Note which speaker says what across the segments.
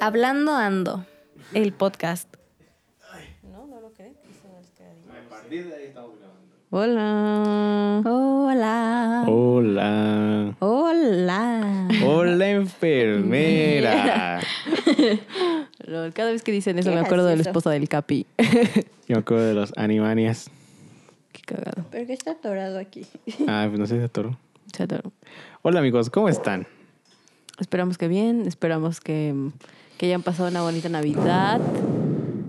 Speaker 1: Hablando Ando, el podcast.
Speaker 2: No, no lo crees. Hice una escadilla.
Speaker 3: A partir de ahí estamos grabando.
Speaker 1: Hola.
Speaker 2: Hola.
Speaker 3: Hola.
Speaker 1: Hola.
Speaker 3: Hola, enfermera.
Speaker 2: Lol, Cada vez que dicen eso
Speaker 1: Qué
Speaker 2: me acuerdo de la
Speaker 1: gracioso.
Speaker 2: esposa del Capi.
Speaker 3: Yo me acuerdo de los animanias.
Speaker 2: Qué cagado.
Speaker 1: ¿Por qué está atorado aquí?
Speaker 3: Ah, pues no sé si toro.
Speaker 2: Se adoró.
Speaker 3: Hola, amigos, ¿cómo están?
Speaker 2: Esperamos que bien, esperamos que, que hayan pasado una bonita Navidad.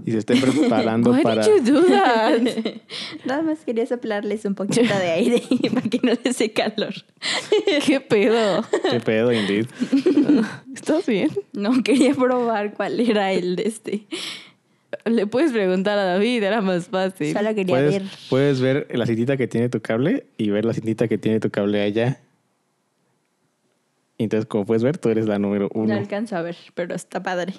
Speaker 3: Y se estén preparando
Speaker 2: Why
Speaker 3: para.
Speaker 2: did you do that?
Speaker 1: Nada más quería soplarles un poquito de aire para que no les dé calor.
Speaker 2: ¿Qué pedo?
Speaker 3: ¿Qué pedo, indeed?
Speaker 2: ¿Estás bien?
Speaker 1: No, quería probar cuál era el de este.
Speaker 2: Le puedes preguntar a David, era más fácil.
Speaker 1: Solo quería
Speaker 2: pues,
Speaker 1: ver.
Speaker 3: ¿Puedes, puedes ver la cintita que tiene tu cable y ver la cintita que tiene tu cable allá. Y Entonces, como puedes ver, tú eres la número
Speaker 1: No
Speaker 3: uno.
Speaker 1: alcanzo a ver, pero está padre.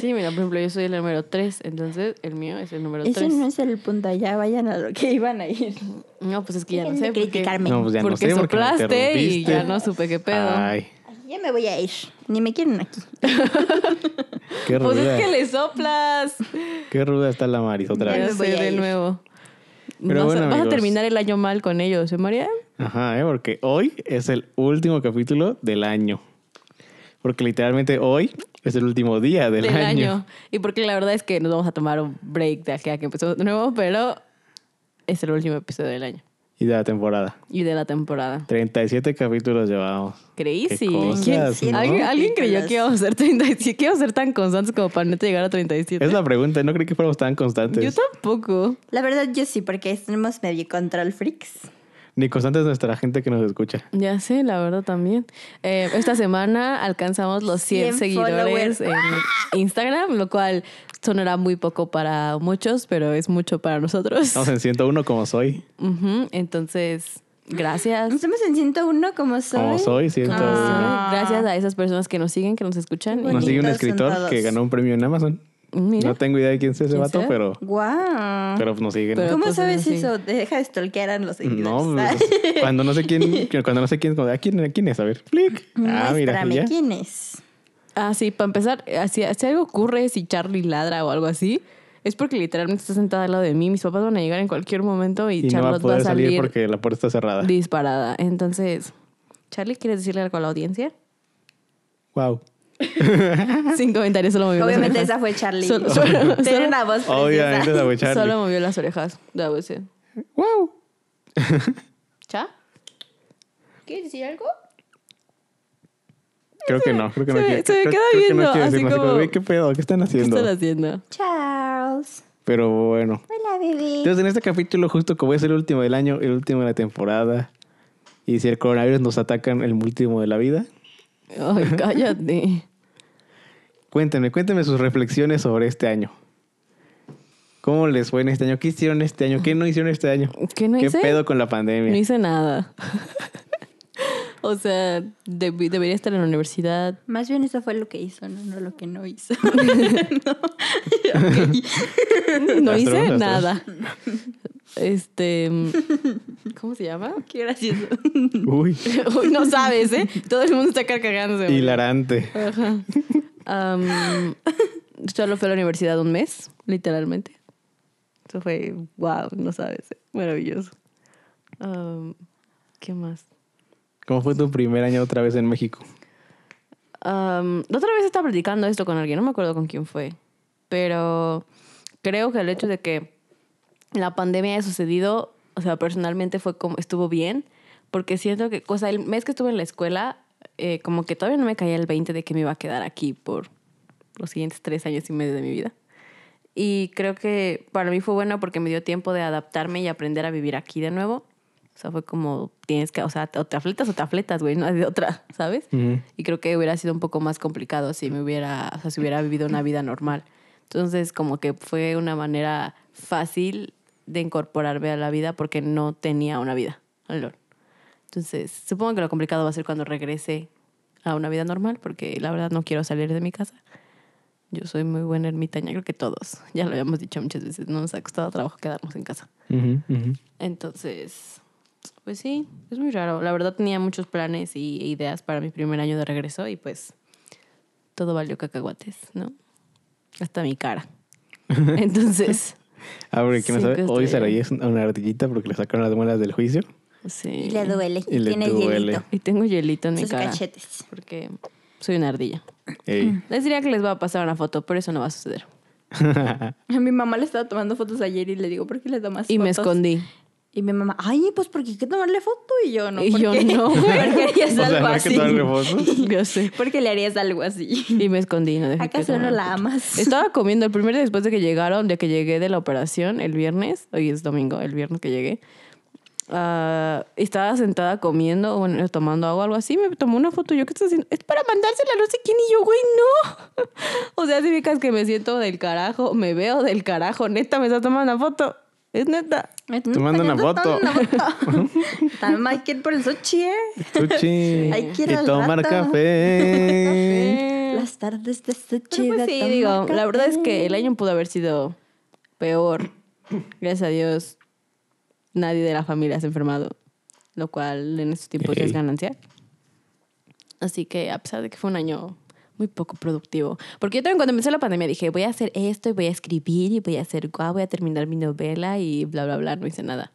Speaker 2: Sí, mira, por ejemplo, yo soy el número 3, entonces el mío es el número 3.
Speaker 1: Ese no es el punto, ya vayan a lo que iban a ir.
Speaker 2: No, pues es que ya no
Speaker 1: Dejen
Speaker 2: sé.
Speaker 1: de
Speaker 2: porque-
Speaker 1: criticarme.
Speaker 3: No, pues ya
Speaker 2: porque
Speaker 3: no sé porque me
Speaker 2: soplaste y
Speaker 3: interrumpiste.
Speaker 2: ya no supe qué pedo.
Speaker 3: Ay,
Speaker 1: Ay, Ya me voy a ir. Ni me quieren aquí.
Speaker 3: qué ruda.
Speaker 2: Pues es que le soplas.
Speaker 3: Qué ruda está la Maris otra
Speaker 1: Ya
Speaker 2: Ya
Speaker 1: me
Speaker 3: vez.
Speaker 1: voy
Speaker 2: sé,
Speaker 1: a
Speaker 2: de
Speaker 1: ir.
Speaker 2: nuevo.
Speaker 3: Pero
Speaker 2: vas,
Speaker 3: bueno,
Speaker 2: a, vas a
Speaker 3: amigos.
Speaker 2: terminar el año mal con ellos, ¿eh, María?
Speaker 3: Ajá, ¿eh? porque hoy es el último capítulo del año. Porque literalmente hoy es el último día del, año.
Speaker 2: Y porque la verdad es que nos vamos a tomar un break de aquí a que empezamos de nuevo, pero es el último episodio del año
Speaker 3: Y de la temporada.
Speaker 2: y de la temporada.
Speaker 3: 37 capítulos llevamos. Qué
Speaker 2: Crazy.
Speaker 3: cosas,
Speaker 1: ¿Quién-
Speaker 3: ¿no?
Speaker 2: ¿Alguien,
Speaker 1: ¿no?
Speaker 2: alguien creyó que íbamos a ser 37, que íbamos a ser tan constantes como para neta llegar a 37.
Speaker 3: Es la pregunta, no creí que fuéramos tan
Speaker 2: Yo
Speaker 3: constantes.
Speaker 2: tampoco.
Speaker 1: La verdad, yo sí, porque tenemos medio control freaks.
Speaker 3: Ni constantes nuestra gente que nos escucha.
Speaker 2: Ya sé, la verdad también. Eh, esta semana alcanzamos los 100,
Speaker 1: 100
Speaker 2: seguidores
Speaker 1: followers.
Speaker 2: en Instagram, lo cual sonará muy poco para muchos, pero es mucho para nosotros.
Speaker 3: Estamos en 101 como soy.
Speaker 2: Ujú, Entonces, gracias.
Speaker 1: Estamos en 101 como soy.
Speaker 3: Como soy, 101.
Speaker 1: Ah.
Speaker 2: Gracias a esas personas que nos siguen, que nos escuchan.
Speaker 1: Qué
Speaker 3: Nos sigue un
Speaker 1: bonitos son
Speaker 3: escritor
Speaker 1: todos.
Speaker 3: que ganó un premio en Amazon.
Speaker 2: Mira,
Speaker 3: No tengo idea de quién es ese
Speaker 2: ¿Quién
Speaker 3: vato,
Speaker 2: sea?
Speaker 3: pero,
Speaker 1: Guau.
Speaker 3: pero nos sigue. ¿no?
Speaker 2: Pero pues,
Speaker 1: ¿Cómo
Speaker 2: cosas
Speaker 1: sabes
Speaker 2: así.
Speaker 1: eso? Deja de stalkear a los seguidores.
Speaker 3: No, pues, cuando no sé quién, cuando no sé quién, como de, "Ah, quién, quién es, a ver, flick. Ah, mira, y
Speaker 1: Muéstrame
Speaker 3: ya.
Speaker 1: quién es.
Speaker 2: ah, sí, para empezar, ah, si, si algo ocurre, si Charlie ladra o algo así, es porque literalmente está sentada al lado de mí. Mis papás van a llegar en cualquier momento y,
Speaker 3: Y no va a
Speaker 2: Charlotte va
Speaker 3: poder
Speaker 2: a
Speaker 3: salir,
Speaker 2: salir
Speaker 3: porque la puerta está cerrada.
Speaker 2: disparada. Entonces, Charlie, ¿quieres decirle algo a la audiencia?
Speaker 3: Wow.
Speaker 2: Sin comentarios, solo movió
Speaker 1: Obviamente
Speaker 2: las
Speaker 1: esa
Speaker 2: orejas.
Speaker 1: fue Charlie.
Speaker 2: Solo- solo-
Speaker 1: Tiene una voz
Speaker 3: Obviamente
Speaker 1: preciosa.
Speaker 3: la voy a echarle.
Speaker 2: Solo movió las orejas. Ya, pues, sí.
Speaker 3: Wow.
Speaker 2: ¿Cha?
Speaker 1: ¿Quieres decir algo?
Speaker 3: Creo que no, creo que
Speaker 2: Se
Speaker 3: no.
Speaker 2: me-
Speaker 3: quiere-
Speaker 2: se me
Speaker 3: creo-
Speaker 2: queda
Speaker 3: creo que no
Speaker 2: viendo,
Speaker 3: quiere
Speaker 2: así
Speaker 3: decirlo,
Speaker 2: como-
Speaker 3: "Güey, ¿Qué pedo? ¿Qué están
Speaker 2: ¿Qué
Speaker 3: haciendo?
Speaker 2: están haciendo?
Speaker 1: Charles.
Speaker 3: Pero bueno.
Speaker 1: Hola, bebé.
Speaker 3: Entonces en este capítulo, justo como es el último del año, el último de la temporada, y si el coronavirus nos atacan el último de la vida,
Speaker 2: Ay, cállate.
Speaker 3: cuéntenme, cuéntenme sus reflexiones sobre este año. ¿Cómo les fue en este año? ¿Qué hicieron este año? ¿Qué no hicieron este año?
Speaker 2: ¿Qué no
Speaker 3: ¿Qué
Speaker 2: hice?
Speaker 3: pedo con la pandemia?
Speaker 2: No hice nada. o sea, deb- debería estar en la universidad.
Speaker 1: Más bien eso fue lo que hizo, no, no lo que no hizo.
Speaker 2: No
Speaker 3: Las
Speaker 2: hice
Speaker 3: drogas,
Speaker 2: nada. Este. ¿Cómo se llama?
Speaker 1: Qué gracioso.
Speaker 3: Uy,
Speaker 2: Uy, no sabes, ¿eh? Todo el mundo está carcagándose.
Speaker 3: hilarante.
Speaker 2: Am, solo fue a la universidad un mes, literalmente. Eso fue, wow, no sabes, ¿eh? maravilloso. Am, ¿Qué más?
Speaker 3: ¿Cómo fue tu primer año otra vez en México?
Speaker 2: Am, la otra vez estaba platicando esto con alguien, no me acuerdo con quién fue, pero creo que el hecho de que la pandemia haya sucedido, o sea, personalmente fue como, estuvo bien, porque siento que, o sea, el mes que estuve en la escuela, eh, como que todavía no me caía el 20 de que me iba a quedar aquí por los siguientes tres años y medio de mi vida. Y creo que para mí fue bueno porque me dio tiempo de adaptarme y aprender a vivir aquí de nuevo. O sea, fue como, tienes que, o sea, o te afletas o te afletas, güey, no hay de otra, ¿sabes?
Speaker 3: Ujú.
Speaker 2: Y creo que hubiera sido un poco más complicado si me hubiera, o sea, si hubiera vivido una vida normal. Entonces, como que fue una manera fácil de incorporarme a la vida porque no tenía una vida. Lol. Entonces, supongo que lo complicado va a ser cuando regrese a una vida normal porque la verdad no quiero salir de mi casa. Yo soy muy buena ermitaña, creo que todos. Ya lo habíamos dicho muchas veces, no nos ha costado trabajo quedarnos en casa.
Speaker 3: Ujú, ujú.
Speaker 2: Entonces, pues sí, es e muy raro. La verdad tenía muchos planes y ideas para mi primer año de regreso y pues todo valió cacahuates, ¿no? Hasta mi cara. Entonces,
Speaker 3: Ah, porque ¿quién no
Speaker 2: Cinco
Speaker 3: sabe? Hoy
Speaker 2: estrellas.
Speaker 3: Saraí es una ardillita porque le sacaron las muelas del juicio.
Speaker 1: Y
Speaker 2: sí.
Speaker 1: le duele.
Speaker 3: Y le
Speaker 1: Tiene
Speaker 3: duele.
Speaker 1: hielito.
Speaker 2: Y tengo hielito en mi
Speaker 1: Sus
Speaker 2: cara.
Speaker 1: cachetes.
Speaker 2: Porque soy una ardilla.
Speaker 3: Ey.
Speaker 2: Les diría que les va a pasar una foto, pero eso no va a suceder.
Speaker 1: A mi mamá le estaba tomando fotos ayer y le digo, ¿por qué le tomas
Speaker 2: Y me
Speaker 1: fotos?"
Speaker 2: escondí.
Speaker 1: Y mi mamá, ay, pues porque hay que tomarle foto y yo no.
Speaker 2: Y
Speaker 1: ¿por
Speaker 2: yo
Speaker 1: qué?
Speaker 2: no, güey.
Speaker 1: Porque
Speaker 3: o
Speaker 1: harías
Speaker 3: sea,
Speaker 1: algo
Speaker 3: no hay que
Speaker 1: así.
Speaker 3: tomarle fotos.
Speaker 2: Yo sé.
Speaker 1: Porque le harías algo así.
Speaker 2: Y me escondí, no dejé que
Speaker 1: ¿Acaso no
Speaker 2: tomaran
Speaker 1: la
Speaker 2: foto.
Speaker 1: amas?
Speaker 2: Estaba comiendo el primer día después de que llegaron, de que llegué de la operación el viernes, hoy es domingo, el viernes que llegué. ah, estaba sentada comiendo, bueno, tomando agua, algo así. Me tomó una foto. Yo, ¿qué estás haciendo? Es para mandársela a no sé quién. Y yo, güey, no. o sea, si fijas que me siento del carajo, me veo del carajo. Neta, me está tomando una foto. Es neta.
Speaker 3: mando una foto.
Speaker 1: También hay que ir por el Sochi, ¿eh?
Speaker 3: Sushi.
Speaker 1: Hay que ir
Speaker 3: y
Speaker 1: al
Speaker 3: tomar
Speaker 1: rato.
Speaker 3: café.
Speaker 1: Las tardes de Sochi.
Speaker 2: Pero pues sí, digo, la verdad es que el año pudo haber sido peor. Gracias a Dios, nadie de la familia se ha enfermado, lo cual en estos tiempos
Speaker 3: Ey.
Speaker 2: es ganancia. Así que a pesar de que fue un año muy poco productivo, porque yo también cuando empezó la pandemia dije, voy a hacer esto y voy a escribir y voy a hacer guau, voy a terminar mi novela y bla, bla, bla, no hice nada.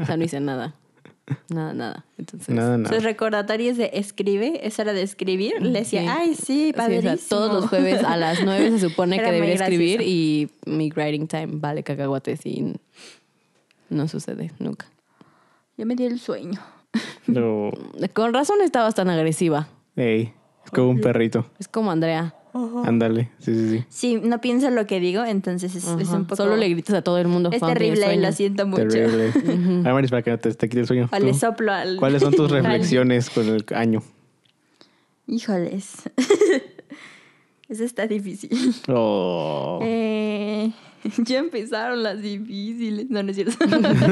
Speaker 2: O sea, no hice nada. Nada, nada. Entonces,
Speaker 3: Nada, nada.
Speaker 1: Sus recordatorios de escribe, esa era de escribir. Le decía,
Speaker 2: Sí.
Speaker 1: ay, sí,
Speaker 2: Ah, Sí, o sea,
Speaker 1: padrísimo.
Speaker 2: todos los jueves a las 9 se supone
Speaker 1: Era
Speaker 2: que
Speaker 1: muy
Speaker 2: debería escribir
Speaker 1: gracioso.
Speaker 2: y mi writing time vale cacahuates y no sucede nunca.
Speaker 1: Yo me di el sueño.
Speaker 3: No.
Speaker 2: Con razón estabas tan agresiva.
Speaker 3: Ey. Es como un perrito.
Speaker 2: Es como Andrea.
Speaker 3: Ándale. Sí, sí, sí.
Speaker 1: Si no pienso lo que digo, entonces es, es
Speaker 2: Ajá.
Speaker 1: un poco...
Speaker 2: Solo le gritas a todo el mundo.
Speaker 1: Es
Speaker 2: cuando tienes
Speaker 1: terrible y lo
Speaker 2: sueño.
Speaker 1: siento mucho.
Speaker 3: Terrible. A ver, Maris, para que no te, te quite el sueño.
Speaker 1: O
Speaker 3: tú.
Speaker 1: le soplo al...
Speaker 3: ¿Cuáles son tus
Speaker 1: al-
Speaker 3: reflexiones con el año?
Speaker 1: Híjoles. Eso está difícil.
Speaker 3: Oh.
Speaker 1: Eh, ya empezaron las difíciles. No, no es cierto.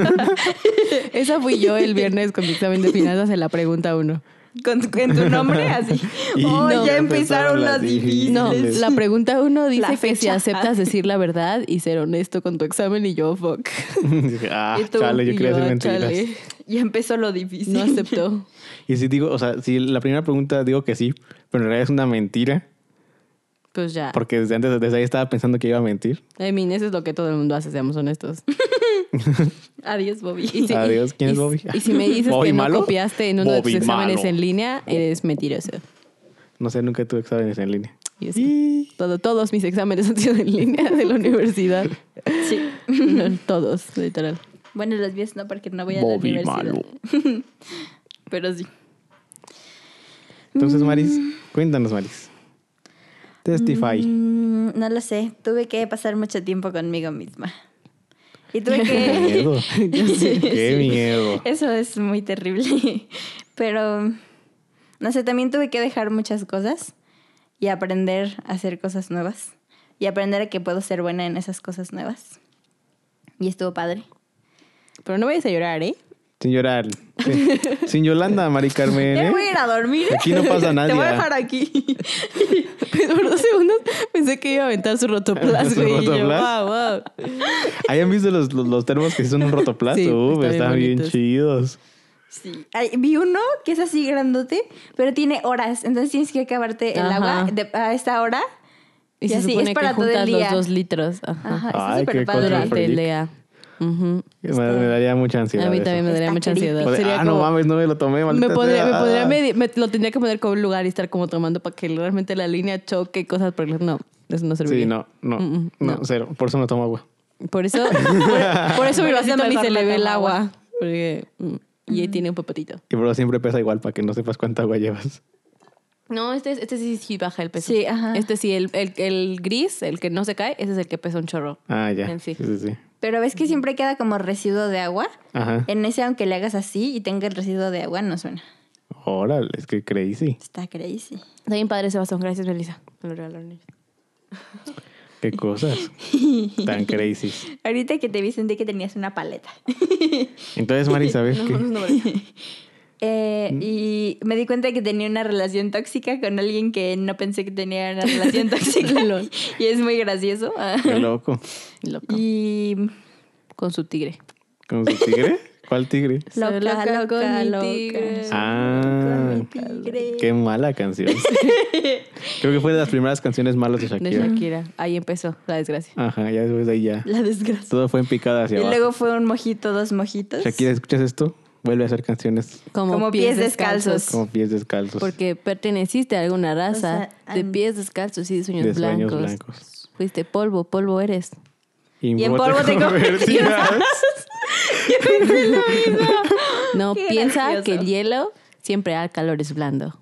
Speaker 2: Esa fui yo el viernes con mi examen de finanzas en la pregunta uno.
Speaker 1: Con tu, en tu nombre, así.
Speaker 3: Y
Speaker 1: oh,
Speaker 3: no.
Speaker 1: ya empezaron las difíciles.
Speaker 2: No,
Speaker 3: Difíciles.
Speaker 2: la pregunta uno dice
Speaker 1: La
Speaker 2: que si
Speaker 1: fecha.
Speaker 2: aceptas decir la verdad y ser honesto con tu examen y yo, fuck.
Speaker 3: Dije, ah,
Speaker 2: Y tú,
Speaker 3: chale, yo
Speaker 2: y
Speaker 3: quería hacer mentiras.
Speaker 2: chale,
Speaker 1: Ya empezó lo difícil.
Speaker 2: No aceptó.
Speaker 3: Y si digo, o sea, si la primera pregunta digo que sí, pero en realidad es una mentira,
Speaker 2: Pues ya.
Speaker 3: porque desde antes, desde ahí estaba pensando que iba a mentir.
Speaker 2: I mean, eso es lo que todo el mundo hace, seamos honestos.
Speaker 1: Adiós, Bobby.
Speaker 2: Y
Speaker 3: Adiós, ¿quién
Speaker 2: y-
Speaker 3: es Bobby?
Speaker 2: Y si me dices
Speaker 3: ¿Bobby
Speaker 2: que no
Speaker 3: malo?
Speaker 2: copiaste en uno de tus
Speaker 3: Bobby
Speaker 2: exámenes
Speaker 3: malo.
Speaker 2: en línea, eres mentiroso.
Speaker 3: No sé, nunca tuve exámenes en línea.
Speaker 2: Y es que
Speaker 3: Y-
Speaker 2: todo- todos mis exámenes han sido en línea de la universidad.
Speaker 1: Sí.
Speaker 2: No, todos, literal.
Speaker 1: Bueno, las vías no, porque no voy a la
Speaker 3: Bobby
Speaker 1: universidad.
Speaker 3: malo.
Speaker 1: Pero sí.
Speaker 2: Mm.
Speaker 3: Entonces, Maris, cuéntanos, Maris. Testify.
Speaker 1: Mm, no lo sé. Tuve que pasar mucho tiempo conmigo misma. Y tuve
Speaker 3: Qué
Speaker 1: que...
Speaker 3: miedo. Qué
Speaker 1: Sí.
Speaker 3: miedo.
Speaker 1: Eso es muy terrible. Pero, no sé, también tuve que dejar muchas cosas y aprender a hacer cosas nuevas. Y aprender a que puedo ser buena en esas cosas nuevas. Y estuvo padre.
Speaker 2: Pero no vayas a llorar, ¿eh?
Speaker 3: Sin llorar. Sí. Sin Yolanda, Mari Carmen.
Speaker 1: Ya
Speaker 3: ¿eh?
Speaker 1: me voy a ir a dormir. ¿eh?
Speaker 3: Aquí no pasa
Speaker 1: Te
Speaker 3: nadie. ¿ah?
Speaker 1: voy a dejar aquí.
Speaker 2: Por dos segundos pensé que iba a aventar su rotoplas,
Speaker 3: Su
Speaker 2: güey. y yo,
Speaker 3: rotoplas.
Speaker 2: wow, wow.
Speaker 3: ¿Hayan visto los, los, los termos que sí son un rotoplazo?
Speaker 2: Sí,
Speaker 3: Uf,
Speaker 2: están
Speaker 3: están
Speaker 2: bien
Speaker 3: bien
Speaker 2: bonitos.
Speaker 3: chidos.
Speaker 1: Sí. Ay, vi uno que es así grandote, pero tiene horas. Entonces tienes que acabarte el
Speaker 2: Ajá.
Speaker 1: agua de- a esta hora.
Speaker 2: Y,
Speaker 1: Y
Speaker 2: se
Speaker 1: así,
Speaker 2: supone
Speaker 1: es para
Speaker 2: que
Speaker 1: todo el
Speaker 2: juntas los
Speaker 1: día.
Speaker 2: dos litros. Ajá.
Speaker 1: Ajá, está
Speaker 3: Ay, qué
Speaker 1: súper padre.
Speaker 3: control.
Speaker 2: Durante el día. Ujú.
Speaker 3: Me, me daría mucha ansiedad.
Speaker 2: A mí
Speaker 3: eso.
Speaker 2: también me daría
Speaker 1: Está
Speaker 2: mucha ansiedad.
Speaker 3: O de,
Speaker 2: Sería
Speaker 3: ah, no
Speaker 2: como-
Speaker 3: mames, no me lo tomé,
Speaker 2: Me
Speaker 3: maldita
Speaker 2: podría, me
Speaker 3: sea".
Speaker 2: podría medi- me- lo tendría que poner con un lugar y estar como tomando para que realmente la línea choque y cosas, pero no, eso no serviría.
Speaker 3: Sí, no, no,
Speaker 2: Mm, mm,
Speaker 3: no,
Speaker 2: no.
Speaker 3: cero. Por eso no tomo agua.
Speaker 2: Por eso, por, por eso
Speaker 1: Por
Speaker 2: mi
Speaker 1: eso
Speaker 2: vasito ni
Speaker 1: mejor
Speaker 2: se le
Speaker 1: no
Speaker 2: ve el
Speaker 1: tomo agua.
Speaker 2: agua. Porque, mm, y ahí tiene un papatito.
Speaker 3: Y por eso siempre pesa igual para que no sepas cuánta agua llevas.
Speaker 2: No, este, es- este sí, sí baja el peso.
Speaker 1: Sí, ajá.
Speaker 2: Este sí, el, el, el gris, el que no se cae, ese es el que pesa un chorro.
Speaker 3: Ah, ya.
Speaker 2: En
Speaker 3: Sí,
Speaker 2: sí.
Speaker 3: sí, sí.
Speaker 1: Pero ves que siempre queda como residuo de agua.
Speaker 3: Ajá.
Speaker 1: En ese, aunque le hagas así y tenga el residuo de agua, no suena.
Speaker 3: Órale, es que crazy.
Speaker 1: Está crazy.
Speaker 2: Está bien padre ese bastón. Gracias, Melissa. Me lo regalaron ellos.
Speaker 3: Qué cosas. Tan crazy.
Speaker 1: Ahorita que te vi sentí que tenías una paleta.
Speaker 3: Entonces, Mari, ¿sabes qué?
Speaker 1: Eh,
Speaker 3: Mm.
Speaker 1: Y me di cuenta que tenía una relación tóxica con alguien que no pensé que tenía una relación tóxica.
Speaker 2: Lol.
Speaker 1: y es muy gracioso. Ah.
Speaker 3: Qué loco.
Speaker 2: Loco.
Speaker 1: Y
Speaker 2: Con su tigre.
Speaker 3: ¿Con su tigre? ¿Cuál tigre?
Speaker 2: Soy
Speaker 1: Loca, loca,
Speaker 2: con mi
Speaker 1: loca.
Speaker 2: tigre.
Speaker 3: Ah,
Speaker 1: tigre.
Speaker 3: qué mala canción. Creo que fue de las primeras canciones malas de
Speaker 2: De
Speaker 3: Shakira.
Speaker 2: Shakira. Ahí empezó la desgracia.
Speaker 3: Ajá, ya después de ahí ya.
Speaker 1: La desgracia.
Speaker 3: Todo fue en picada hacia
Speaker 1: Y
Speaker 3: abajo.
Speaker 1: luego fue un mojito, dos mojitos.
Speaker 3: Shakira, ¿escuchas esto? Vuelve a hacer canciones
Speaker 1: Como pies descalzos.
Speaker 3: como pies descalzos.
Speaker 2: Porque perteneciste a alguna raza
Speaker 1: O sea,
Speaker 2: de
Speaker 1: an-
Speaker 2: pies descalzos y de sueños,
Speaker 3: De sueños
Speaker 2: blancos.
Speaker 3: blancos.
Speaker 2: Fuiste polvo, polvo eres.
Speaker 1: Y en polvo te
Speaker 3: convertirás.
Speaker 2: No,
Speaker 1: Qué
Speaker 2: piensa
Speaker 1: gracioso.
Speaker 2: que el hielo siempre al calor es blando.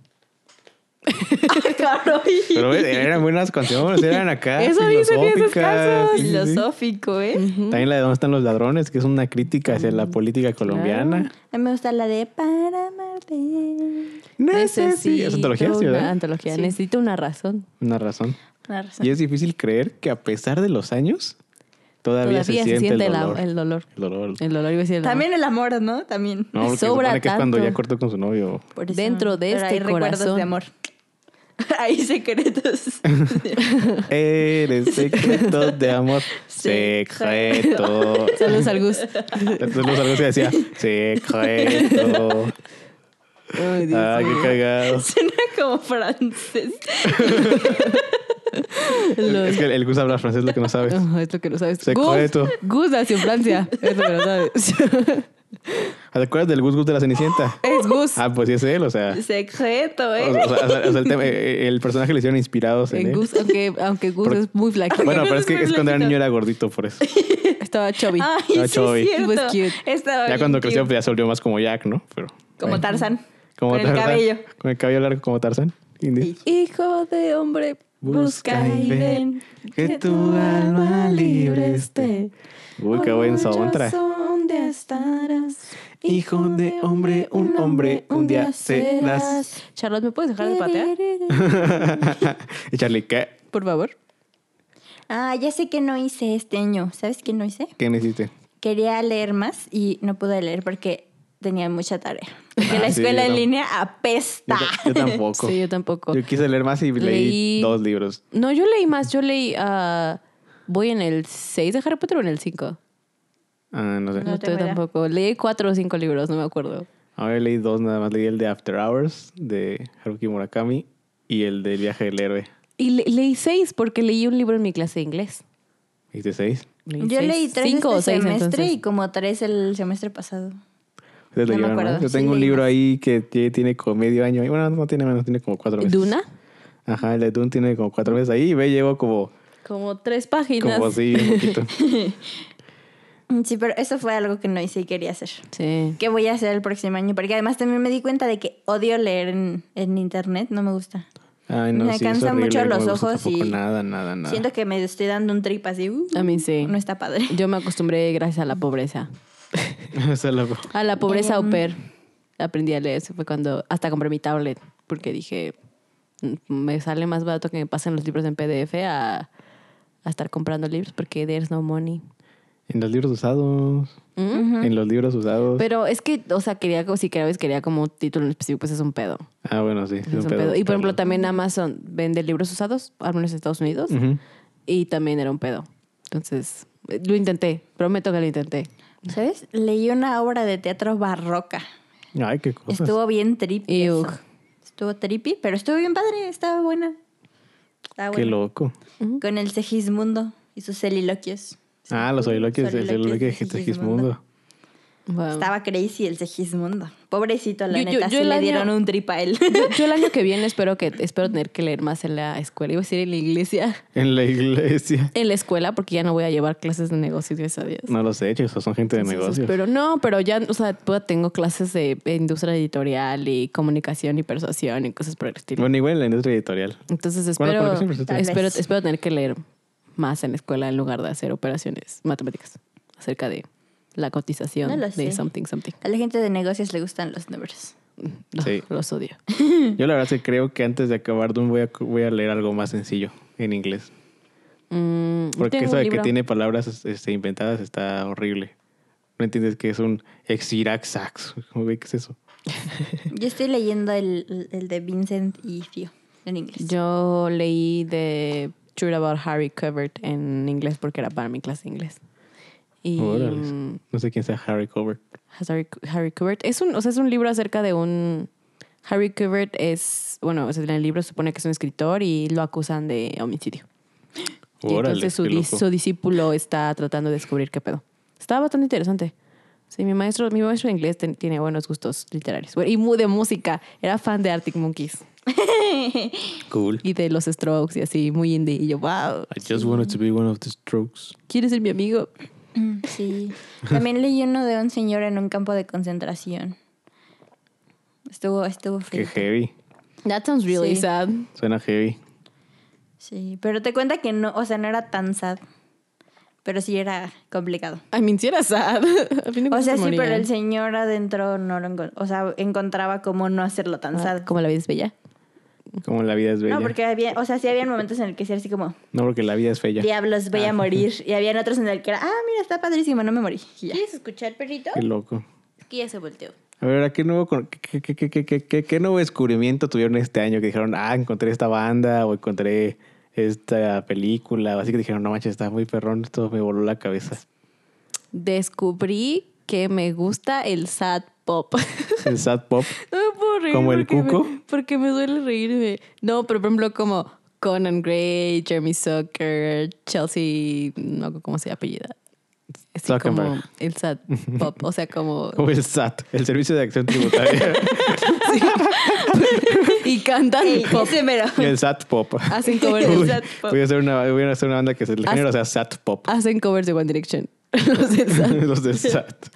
Speaker 1: Claro, y-
Speaker 3: Pero ves, eran buenas canciones, eran acá.
Speaker 2: Eso dice pies
Speaker 3: filosóficas. Sí, Mm.
Speaker 2: descalzos.
Speaker 3: sí, sí.
Speaker 1: Filosófico, ¿eh?
Speaker 3: También la de ¿Dónde están los ladrones? Que es una crítica hacia la política colombiana.
Speaker 1: A mí me gusta la de para amarte.
Speaker 3: Necesito. ¿Es antología? Sí,
Speaker 2: una
Speaker 3: ¿verdad?
Speaker 2: antología.
Speaker 1: Sí.
Speaker 2: Necesito una razón.
Speaker 3: Una razón.
Speaker 1: Una razón.
Speaker 3: Y es difícil creer que a pesar de los años, todavía,
Speaker 2: Todavía
Speaker 3: se, siente el
Speaker 2: la-
Speaker 3: dolor.
Speaker 2: el dolor.
Speaker 3: El dolor.
Speaker 2: El dolor iba a decir el amor.
Speaker 1: También el amor, ¿no? También.
Speaker 3: No, porque se
Speaker 2: Sobra
Speaker 3: supone que es cuando
Speaker 2: tanto.
Speaker 3: ya cortó con su novio.
Speaker 1: Por eso-
Speaker 2: Dentro de
Speaker 1: pero
Speaker 2: este
Speaker 1: hay recuerdos
Speaker 2: corazón.
Speaker 1: de amor. Hay secretos.
Speaker 3: Eres secreto de amor. Secreto.
Speaker 1: Secreto.
Speaker 2: Saludos al Gus.
Speaker 3: Entonces los algo se decía, secreto.
Speaker 2: Ay, Dios
Speaker 3: Ay, qué
Speaker 2: mío.
Speaker 3: cagado.
Speaker 1: Suena como francés.
Speaker 2: Lo-
Speaker 3: Es que el Gus habla francés, lo que no sabes.
Speaker 2: Ajá, es lo que no sabes.
Speaker 3: Secreto.
Speaker 2: Gus, Gus nació en Francia. Es lo que no sabes.
Speaker 3: ¿Te acuerdas del Gus Gus de la Cenicienta?
Speaker 2: Es Gus.
Speaker 3: Ah, pues sí es él, o sea.
Speaker 1: Secreto,
Speaker 3: O
Speaker 1: ¿eh?
Speaker 3: sea, o sea, o sea, el, tema- eh, el personaje le hicieron inspirados en
Speaker 2: En
Speaker 3: él.
Speaker 2: Gus, aunque, aunque Gus
Speaker 3: ¿eh? Porque-
Speaker 2: es muy flaquito.
Speaker 3: Bueno, pero
Speaker 1: Gus
Speaker 3: es que
Speaker 1: es muy
Speaker 3: es cuando era
Speaker 1: flaquito.
Speaker 3: niño era gordito, por eso.
Speaker 2: Estaba chubby.
Speaker 1: Ay,
Speaker 3: Ah,
Speaker 1: sí,
Speaker 3: Chubby.
Speaker 1: es
Speaker 2: It was
Speaker 1: cierto.
Speaker 2: cute.
Speaker 1: Estaba
Speaker 3: Ya
Speaker 1: bien
Speaker 3: cuando creció pues,
Speaker 1: cute.
Speaker 3: ya se volvió más como Jack, ¿no? Pero
Speaker 1: Como Tarzan.
Speaker 3: como
Speaker 1: Con el
Speaker 3: Tarzán.
Speaker 1: cabello.
Speaker 3: Con el cabello largo como Tarzán. Indy.
Speaker 1: Sí.
Speaker 2: Hijo de hombre, busca y ven.
Speaker 3: que tu alma libre esté. Uy, qué buen soundtrack.
Speaker 1: ¿Dónde estarás?
Speaker 3: Hijo de hombre, un hombre, un día serás.
Speaker 2: Charlotte, ¿me puedes dejar de patear?
Speaker 3: y Charlie, ¿qué?
Speaker 2: Por favor.
Speaker 1: Ah, ya sé que no hice este año. ¿Sabes qué no hice?
Speaker 3: ¿Qué necesité?
Speaker 1: Quería leer más y no pude leer porque tenía mucha tarea. Porque
Speaker 3: Ah,
Speaker 1: la
Speaker 3: sí,
Speaker 1: escuela
Speaker 3: yo
Speaker 1: en
Speaker 3: tam-
Speaker 1: línea apesta.
Speaker 3: Yo, ta- yo tampoco.
Speaker 2: Sí, yo tampoco.
Speaker 3: Yo quise leer más y leí,
Speaker 2: Leí-
Speaker 3: dos libros.
Speaker 2: No, yo leí más. Yo leí. ah, ¿Voy en el 6 de Harry Potter o en el 5?
Speaker 3: Ah, no sé.
Speaker 2: No,
Speaker 1: No
Speaker 2: estoy
Speaker 1: tengo idea.
Speaker 2: tampoco. Leí 4 o 5 libros, no me acuerdo.
Speaker 3: Ahora leí dos nada más. Leí el de After Hours de Haruki Murakami y el del viaje del héroe.
Speaker 2: Y le- leí 6 porque leí un libro en mi clase de inglés.
Speaker 3: ¿Viste seis?
Speaker 1: Yo leí tres
Speaker 2: Cinco
Speaker 1: este
Speaker 2: o seis,
Speaker 1: semestre
Speaker 2: entonces.
Speaker 1: y como tres el semestre pasado.
Speaker 3: Ustedes
Speaker 1: No me
Speaker 3: leyeron,
Speaker 1: acuerdo.
Speaker 3: Yo
Speaker 1: Sí,
Speaker 3: tengo un
Speaker 1: leí
Speaker 3: libro
Speaker 1: más.
Speaker 3: ahí que tie- tiene como medio año. ahí. Bueno, no tiene menos, tiene como cuatro meses.
Speaker 2: ¿Duna?
Speaker 3: Ajá, el de Dune tiene como cuatro meses ahí y ve, llevo como,
Speaker 2: Como tres páginas.
Speaker 3: como así un poquito.
Speaker 1: Mm, Sí, pero eso fue algo que no hice y quería hacer.
Speaker 2: Sí.
Speaker 1: ¿Qué voy a hacer el próximo año? Porque además también me di cuenta de que odio leer en, en internet, no me gusta.
Speaker 3: Ay, no,
Speaker 1: Me
Speaker 3: sí, es
Speaker 1: cansan
Speaker 3: horrible,
Speaker 1: mucho
Speaker 3: no me
Speaker 1: los
Speaker 3: gusta
Speaker 1: ojos
Speaker 3: tampoco
Speaker 1: y-
Speaker 3: Nada, nada, nada.
Speaker 1: Siento que me estoy dando un trip así. uh,
Speaker 2: A mí sí.
Speaker 1: No está padre.
Speaker 2: Yo me acostumbré gracias a la pobreza.
Speaker 3: Está loco.
Speaker 2: A la pobreza
Speaker 1: Em.
Speaker 2: au pair. Aprendí a leer. Eso fue cuando hasta compré mi tablet. Porque dije, "Mm, me sale más barato que me pasen los libros en PDF a, a estar comprando libros porque there's no money.
Speaker 3: En los libros usados.
Speaker 2: ¿Mm?
Speaker 3: En los libros usados.
Speaker 2: Pero es que, o sea, quería, como- si quería, quería como un título en específico, pues es un pedo.
Speaker 3: Ah, bueno, sí. es
Speaker 2: Es
Speaker 3: un
Speaker 2: un
Speaker 3: pedo
Speaker 2: pedo. Y por ejemplo,
Speaker 3: buscarlo.
Speaker 2: también Amazon vende libros usados, al menos en Estados Unidos.
Speaker 3: Ujú.
Speaker 2: Y también era un pedo. Entonces, eh, lo intenté. Prometo que lo intenté.
Speaker 1: ¿Sabes? Leí una obra de teatro barroca.
Speaker 3: Ay, qué cosas.
Speaker 1: Estuvo bien trippy.
Speaker 2: Ew.
Speaker 1: eso. Estuvo trippy, pero estuvo bien padre, estaba buena. Estaba
Speaker 3: Qué
Speaker 1: buena.
Speaker 3: loco.
Speaker 1: Con el Segismundo y sus celiloquios.
Speaker 3: Ah, los oiloques, el
Speaker 1: Soliloquios
Speaker 3: oiloque de
Speaker 1: de
Speaker 3: Segismundo.
Speaker 2: Wow.
Speaker 1: Estaba crazy el Segismundo. Pobrecito, la
Speaker 2: Ah. Yo- yo-
Speaker 1: neta,
Speaker 2: yo
Speaker 1: sí
Speaker 2: el
Speaker 1: le
Speaker 2: año-
Speaker 1: dieron un trip a él.
Speaker 2: Yo, yo el año que viene espero que espero tener que leer más en la escuela. Iba a decir en la iglesia.
Speaker 3: En la iglesia.
Speaker 2: En la escuela, porque ya no voy a llevar clases de negocios, gracias a Dios.
Speaker 3: No los he hecho, esos son gente de
Speaker 2: Entonces,
Speaker 3: negocios.
Speaker 2: Pero no, pero ya, o sea, pues, tengo clases de industria editorial y comunicación y persuasión y cosas por el estilo.
Speaker 3: Bueno, igual en la industria editorial.
Speaker 2: Entonces
Speaker 3: Bueno,
Speaker 2: espero,
Speaker 3: pero siempre se
Speaker 1: tiene. Tal
Speaker 2: espero,
Speaker 1: vez.
Speaker 2: espero tener que leer más en la escuela en lugar de hacer operaciones matemáticas acerca de la cotización
Speaker 1: No lo
Speaker 2: de
Speaker 1: sé.
Speaker 2: something, something.
Speaker 1: A la gente de negocios le gustan los números.
Speaker 2: No,
Speaker 3: Sí.
Speaker 2: Los odio. Mm.
Speaker 3: Yo la verdad sí creo que antes de acabar Doom voy a, voy a leer algo más sencillo en inglés.
Speaker 2: Mm, yo
Speaker 3: Porque
Speaker 2: tengo
Speaker 3: eso
Speaker 2: un
Speaker 3: de que
Speaker 2: libro.
Speaker 3: tiene palabras este, inventadas está horrible. No entiendes que es un exiraxax. ¿Cómo ve qué es eso?
Speaker 1: Yo estoy leyendo el, el de Vincent y Theo en inglés.
Speaker 2: Yo leí de True About Harry Covert en inglés porque era para mi clase de inglés. Y
Speaker 3: Órales.
Speaker 2: mm,
Speaker 3: No sé quién sea Harry Covert.
Speaker 2: Harry, Harry Kubert. Es un, o sea, es un libro acerca de un... Harry Kubert es, bueno, o sea, en el libro se supone que es un escritor y lo acusan de homicidio. Y
Speaker 3: Órale,
Speaker 2: entonces su,
Speaker 3: qué
Speaker 2: di-
Speaker 3: loco.
Speaker 2: su discípulo está tratando de descubrir qué pedo. Está bastante interesante. Sí, mi maestro, mi maestro de inglés ten- tiene buenos gustos literarios. Bueno, Y muy de música. Era fan de Arctic Monkeys
Speaker 3: Cool.
Speaker 2: y de los Strokes y así, muy indie. Y yo, wow,
Speaker 3: I just wanted to be one of the strokes.
Speaker 2: ¿quieres ser mi amigo?
Speaker 1: Mm, Sí. También leí uno de un señor en un campo de concentración. Estuvo, estuvo feo.
Speaker 3: Qué heavy.
Speaker 2: That sounds
Speaker 1: really
Speaker 2: really sad.
Speaker 3: Suena heavy.
Speaker 1: Sí, pero te cuenta que no, o sea, no era tan sad. Pero sí era complicado.
Speaker 2: I mean, sí era sad. A fin de
Speaker 1: O
Speaker 2: cuentas
Speaker 1: sea,
Speaker 2: se
Speaker 1: sí, pero
Speaker 2: morían.
Speaker 1: el señor adentro no lo encontraba. O sea, encontraba cómo no hacerlo tan sad.
Speaker 2: Ah, Como la vida es bella.
Speaker 3: Como la vida es bella.
Speaker 1: No, porque había, o sea, sí había momentos en el que sí era así como,
Speaker 3: No, porque la vida es fea.
Speaker 1: diablos, voy
Speaker 3: Ah.
Speaker 1: a morir. Y había otros en el que era, ah, mira, está padrísimo, no me morí. Y ya.
Speaker 4: escuchar, perrito?
Speaker 3: Qué loco.
Speaker 4: Es que ya se volteó.
Speaker 3: A ver, ¿a ¿qué nuevo, con- qué, qué- qué- qué- qué- qué- qué nuevo descubrimiento tuvieron este año? Que dijeron, ah, encontré esta banda o encontré esta película. Así que dijeron, no manches, está muy perrón. Esto me voló la cabeza.
Speaker 2: Descubrí que me gusta el sad pop.
Speaker 3: El sad pop.
Speaker 2: No me puedo reír.
Speaker 3: ¿Como el
Speaker 2: porque me-
Speaker 3: cuco?
Speaker 2: porque me duele reírme. No, pero por ejemplo, como Conan Gray, Jeremy Zucker, Chelsea, no sé cómo se apellida. Así como
Speaker 3: Zuckerberg.
Speaker 2: el sad pop. O sea, como.
Speaker 3: Como el SAT, el Servicio de Acción Tributaria.
Speaker 2: Y cantan
Speaker 1: Ey,
Speaker 2: pop.
Speaker 1: ese mero.
Speaker 3: y el SAT pop.
Speaker 4: Ah,
Speaker 2: Hacen covers,
Speaker 3: Uy,
Speaker 2: del sad pop.
Speaker 3: voy, a hacer una, voy a hacer una banda que es el
Speaker 2: Haz-
Speaker 3: género sea SAT pop.
Speaker 2: Hacen covers de One Direction. Los
Speaker 4: Ah,
Speaker 2: del sad.
Speaker 3: Los de SAT.